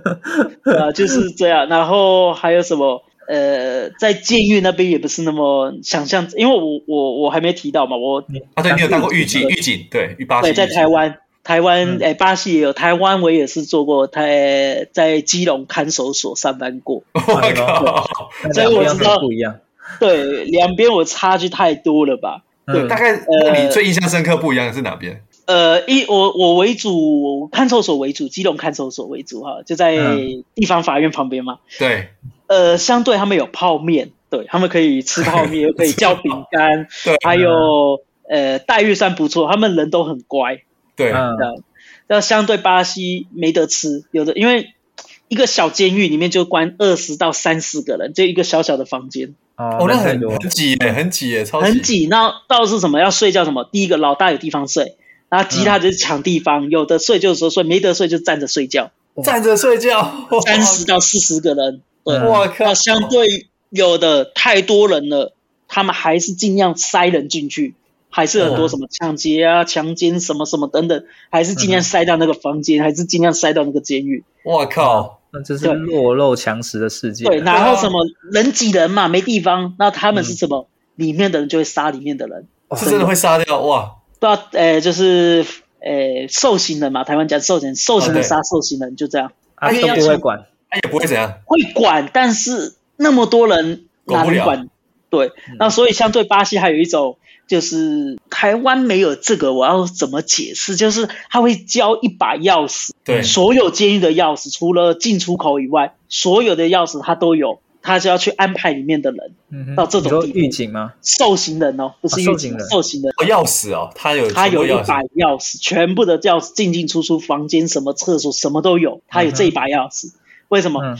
Speaker 1: 对啊，就是这样。然后还有什么？呃，在监狱那边也不是那么想象，因为我我我还没提到嘛，我
Speaker 3: 啊，对，你有当过狱警，狱警对，狱巴西
Speaker 1: 对
Speaker 3: 狱警
Speaker 1: 在台湾，台
Speaker 2: 嗯
Speaker 1: 湾哎、巴西也有，台湾我也是做过，台在基隆看守所上班过，
Speaker 3: 我
Speaker 1: 啊
Speaker 3: 靠，
Speaker 1: 所以我知道
Speaker 2: 不一样。
Speaker 1: 对，两边我差距太多了吧？
Speaker 2: 嗯
Speaker 3: 大概那你最印象深刻不一样的是哪边？
Speaker 1: 呃，一我我为主，看守所为主，基隆看守所为主哈，就在
Speaker 2: 嗯
Speaker 1: 地方法院旁边嘛。
Speaker 3: 对
Speaker 1: 呃，相对他们有泡面，对他们可以吃泡面，又可以叫饼干，
Speaker 3: 对
Speaker 1: 还有呃待遇算不错，他们人都很乖。
Speaker 3: 对，
Speaker 1: 啊
Speaker 2: 嗯
Speaker 1: 那相对巴西没得吃，有的因为一个小监狱里面就关二十到三十个人，就一个小小的房间，
Speaker 2: 哦
Speaker 3: 哦，那
Speaker 2: 人太
Speaker 3: 很
Speaker 2: 多了
Speaker 3: 很挤耶，很挤耶，超
Speaker 1: 很。挤。那倒是什么要睡觉什么，第一个老大有地方睡，然后其他就是抢地方，有的睡就说睡，没得睡就站着睡觉。
Speaker 3: 站着睡觉，
Speaker 1: 三十到四十个人，对，
Speaker 2: 嗯
Speaker 3: 我
Speaker 1: 那
Speaker 3: 靠，
Speaker 1: 相对有的太多人了，他们还是尽量塞人进去，还是很多什么抢劫啊、强奸什么什么等等，还是尽量塞到那个房间，还是尽量塞到那个监狱。
Speaker 3: 我靠，
Speaker 2: 那这是弱肉强食的世界。啊
Speaker 1: 对，
Speaker 3: 那
Speaker 1: 然后什么人挤人嘛，没地方，那他们是什么？里面的人就会杀里面的人，
Speaker 3: 是真的会杀掉哇！
Speaker 1: 对啊，呃，就是呃受刑人嘛，台湾讲受刑人，受刑人
Speaker 3: 对
Speaker 1: 杀受刑人，就这样。
Speaker 2: 啊
Speaker 3: 因为
Speaker 2: 都
Speaker 3: 要
Speaker 2: 不会
Speaker 3: 抢
Speaker 2: 管。
Speaker 3: 他也不会怎样，
Speaker 1: 会管，但是那么多人哪能
Speaker 3: 管不嗯
Speaker 1: 管？对，那所以相对巴西还有一种就是台湾没有这个，我要怎么解释？就是他会交一把钥匙，
Speaker 3: 对
Speaker 1: 所有监狱的钥匙，除了进出口以外，所有的钥匙他都有，他就要去安排里面的人，
Speaker 2: 嗯哼
Speaker 1: 到这种
Speaker 2: 你说
Speaker 1: 地步
Speaker 2: 狱警吗？
Speaker 1: 受刑人哦，不是
Speaker 2: 啊
Speaker 1: 狱
Speaker 2: 受
Speaker 1: 警
Speaker 2: 刑人
Speaker 1: 受刑人，
Speaker 3: 哦钥匙哦，他有
Speaker 1: 他
Speaker 3: 全部
Speaker 1: 有一
Speaker 3: 钥
Speaker 1: 把
Speaker 3: 匙，
Speaker 1: 钥匙，全部的钥匙进进出出房间、什么厕所、什么都有，
Speaker 3: 嗯
Speaker 1: 他有这一把钥匙。为什么？
Speaker 2: 嗯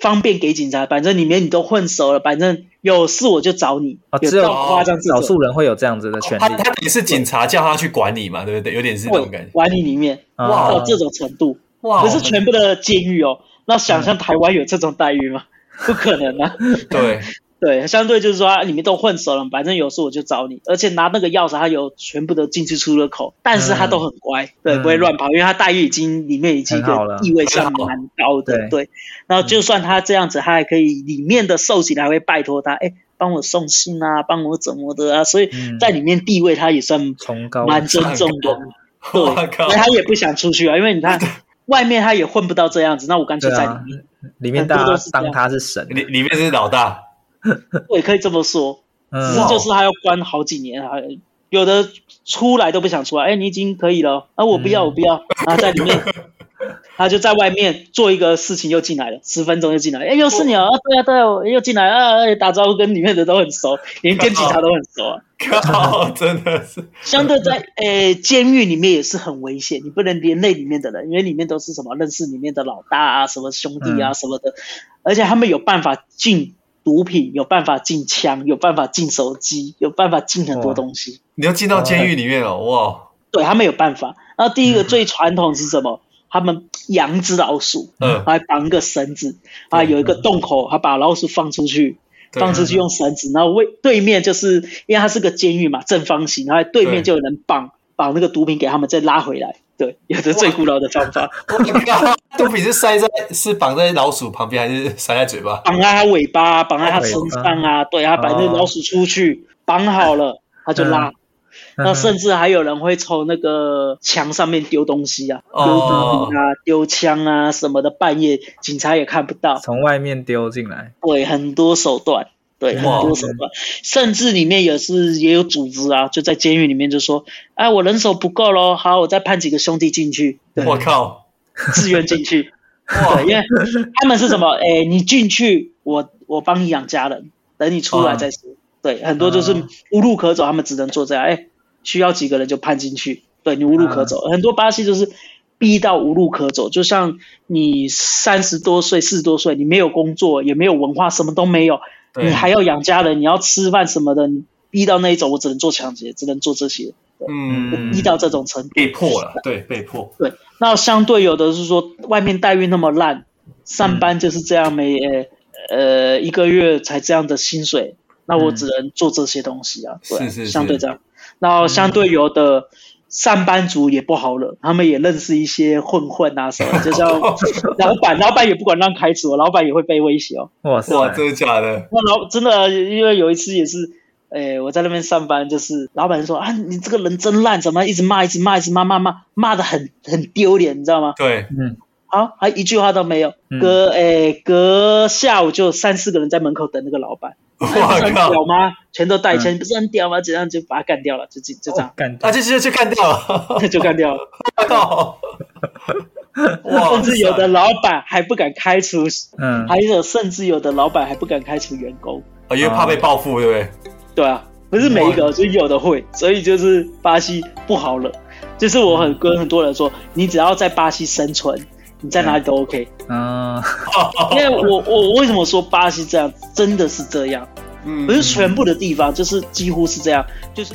Speaker 1: 方便给警察，反正里面你都混熟了，反正有事我就找你。
Speaker 2: 啊，
Speaker 1: 有
Speaker 2: 只有
Speaker 1: 到夸张至
Speaker 2: 少
Speaker 1: 者，
Speaker 2: 数人会有这样子的权
Speaker 3: 他
Speaker 2: 利
Speaker 3: 他等于是警察叫他去管理嘛，对不对？有点是这种感觉，
Speaker 1: 管理里面
Speaker 2: 啊。
Speaker 3: 哇
Speaker 1: 到这种程度，
Speaker 3: 哇！
Speaker 1: 可是全部的监狱哦。那
Speaker 2: 嗯
Speaker 1: 想象台湾有这种待遇吗？不可能啊！
Speaker 3: 对
Speaker 1: 对，相对就是说，啊里面都混熟了，反正有事我就找你，而且拿那个钥匙，他有全部的进去出入口，但是他都很乖，对，
Speaker 2: 嗯
Speaker 1: 不会乱跑，因为他待遇已经里面已经一
Speaker 2: 很好了
Speaker 1: 个地位上
Speaker 3: 很好
Speaker 1: 蛮高的，
Speaker 2: 对嗯
Speaker 1: 对。然后就算他这样子，他还可以里面的受刑的还会拜托他，哎，帮我送信啊，帮我怎么的啊，所以
Speaker 2: 嗯
Speaker 1: 在里面地位他也算
Speaker 2: 崇高
Speaker 1: 蛮尊重的，对，
Speaker 3: 我靠
Speaker 1: 所以，他也不想出去啊，因为你看外面他也混不到这样子，那我干脆
Speaker 2: 对
Speaker 1: 在
Speaker 2: 啊
Speaker 1: 里面，
Speaker 2: 里面
Speaker 1: 很多
Speaker 2: 大
Speaker 1: 都
Speaker 2: 家
Speaker 1: 是这
Speaker 2: 当
Speaker 1: 样
Speaker 2: 他是神，
Speaker 3: 里里面是老大，
Speaker 1: 我也可以这么说，
Speaker 2: 嗯
Speaker 1: 只是就是他要关好几年啊，有的出来都不想出来。哎，你已经可以了，啊，我不要，
Speaker 2: 嗯
Speaker 1: 我不要，然后在里面，他就在外面做一个事情又进来了，十分钟又进来了，哎，又是你啊，啊对啊，对啊，又进来啊，哎打招呼跟里面的都很熟，连跟警察都很熟啊。
Speaker 3: 靠，真的是
Speaker 1: 相对在诶监狱里面也是很危险，你不能连累里面的人，因为里面都是什么认识里面的老大啊，什么兄弟啊、什么的，而且他们有办法进毒品，有办法进枪，有办法进手机，有办法进很多
Speaker 2: 哇
Speaker 1: 东西，
Speaker 3: 你要进到监狱里面了，哇，
Speaker 1: 对他们有办法。然后第一个最传统是什么？他们养只老鼠，
Speaker 3: 嗯，
Speaker 1: 还绑一个绳子，啊，有一个洞口，还把老鼠放出去，
Speaker 3: 对
Speaker 1: 放出去用绳子，然后为对面就是因为它是个监狱嘛，正方形，然后对面就有人绑绑那个毒品给他们，再拉回来。对，有的最古老的方法，
Speaker 3: 我靠，毒品是塞在是绑在老鼠旁边，还是塞在嘴巴？
Speaker 1: 绑在它尾巴，绑在它
Speaker 2: 尾
Speaker 1: 身
Speaker 2: 巴
Speaker 1: 上啊，对，它把那个
Speaker 2: 哦
Speaker 1: 老鼠出去，绑好了，它就
Speaker 3: 嗯
Speaker 1: 拉。
Speaker 2: 嗯
Speaker 1: 那甚至还有人会从那个墙上面丢东西啊，丢
Speaker 3: 哦
Speaker 1: 毒品啊，丢枪啊什么的，半夜警察也看不 到。
Speaker 3: 哦
Speaker 2: 从外面丢进来，
Speaker 1: 对，很多手段，对，很
Speaker 3: 哇
Speaker 1: 多手段，甚至里面也是也有组织啊，就在监狱里面就说，哎，我人手不够咯，好，我再判几个兄弟进去，对，
Speaker 3: 我靠，
Speaker 1: 自愿进去，
Speaker 3: 哇
Speaker 1: 对，因为他们是什么？哎，你进去，我我帮你养家人，等你出来再说。对，很多就是
Speaker 2: 嗯
Speaker 1: 无路可走，他们只能做这样，哎，需要几个人就判进去，对你无路
Speaker 3: 嗯
Speaker 1: 可走，很多巴西就是。逼到无路可走，就像你三十多岁、四十多岁，你没有工作，也没有文化，什么都没有，
Speaker 3: 对
Speaker 1: 你，还要养家人，你要吃饭什么的，你逼到那一种，我只能做抢劫，只能做这些，
Speaker 3: 嗯，
Speaker 1: 逼到这种程度。
Speaker 3: 被迫了，对，被迫，
Speaker 1: 对，那相对有的是说外面待遇那么烂，上班就是这样每
Speaker 3: 嗯
Speaker 1: 呃呃一个月才这样的薪水，那我只能做这些东西啊，对，
Speaker 3: 嗯是是是
Speaker 1: 相对这样。然后相对有的上班族也不好惹，他们也认识一些混混啊什 么，就像老板，老板也不管让开除哦，老板也会被威胁哦。
Speaker 2: 哇塞，
Speaker 3: 哇，真的假的？
Speaker 1: 那老真的，因为有一次也是，诶、我在那边上班，就是老板说啊，你这个人真烂，怎么一直骂，一直骂，一直骂，骂骂骂的很很丢脸，你知道吗？
Speaker 3: 对，
Speaker 1: 好，还一句话都没有
Speaker 2: 嗯。，
Speaker 1: 隔诶、隔下午就三四个人在门口等那个老板，
Speaker 3: 我
Speaker 1: 哎 不是很
Speaker 3: 靠，
Speaker 1: 屌吗？全都带钱，你不是很屌吗？怎样就把他干掉了，就就就这样
Speaker 2: 感
Speaker 3: 啊，就就就干掉了，
Speaker 1: 就干掉了。
Speaker 3: 靠，哇，
Speaker 1: 甚至有的老板还不敢开除，
Speaker 2: 嗯，
Speaker 1: 还有甚至有的老板还不敢开除员工。
Speaker 3: 哦因为怕被报复，对不对？
Speaker 1: 对啊，不是每一个，就有的会，所以就是巴西不好惹。就是我很跟很多人说，你只要在巴西生存，你在哪里都 OK。
Speaker 2: 嗯，
Speaker 1: 因为我我我为什么说巴西这样，真的是这样，
Speaker 3: 嗯
Speaker 1: 不是全部的地方，就是几乎是这样，就是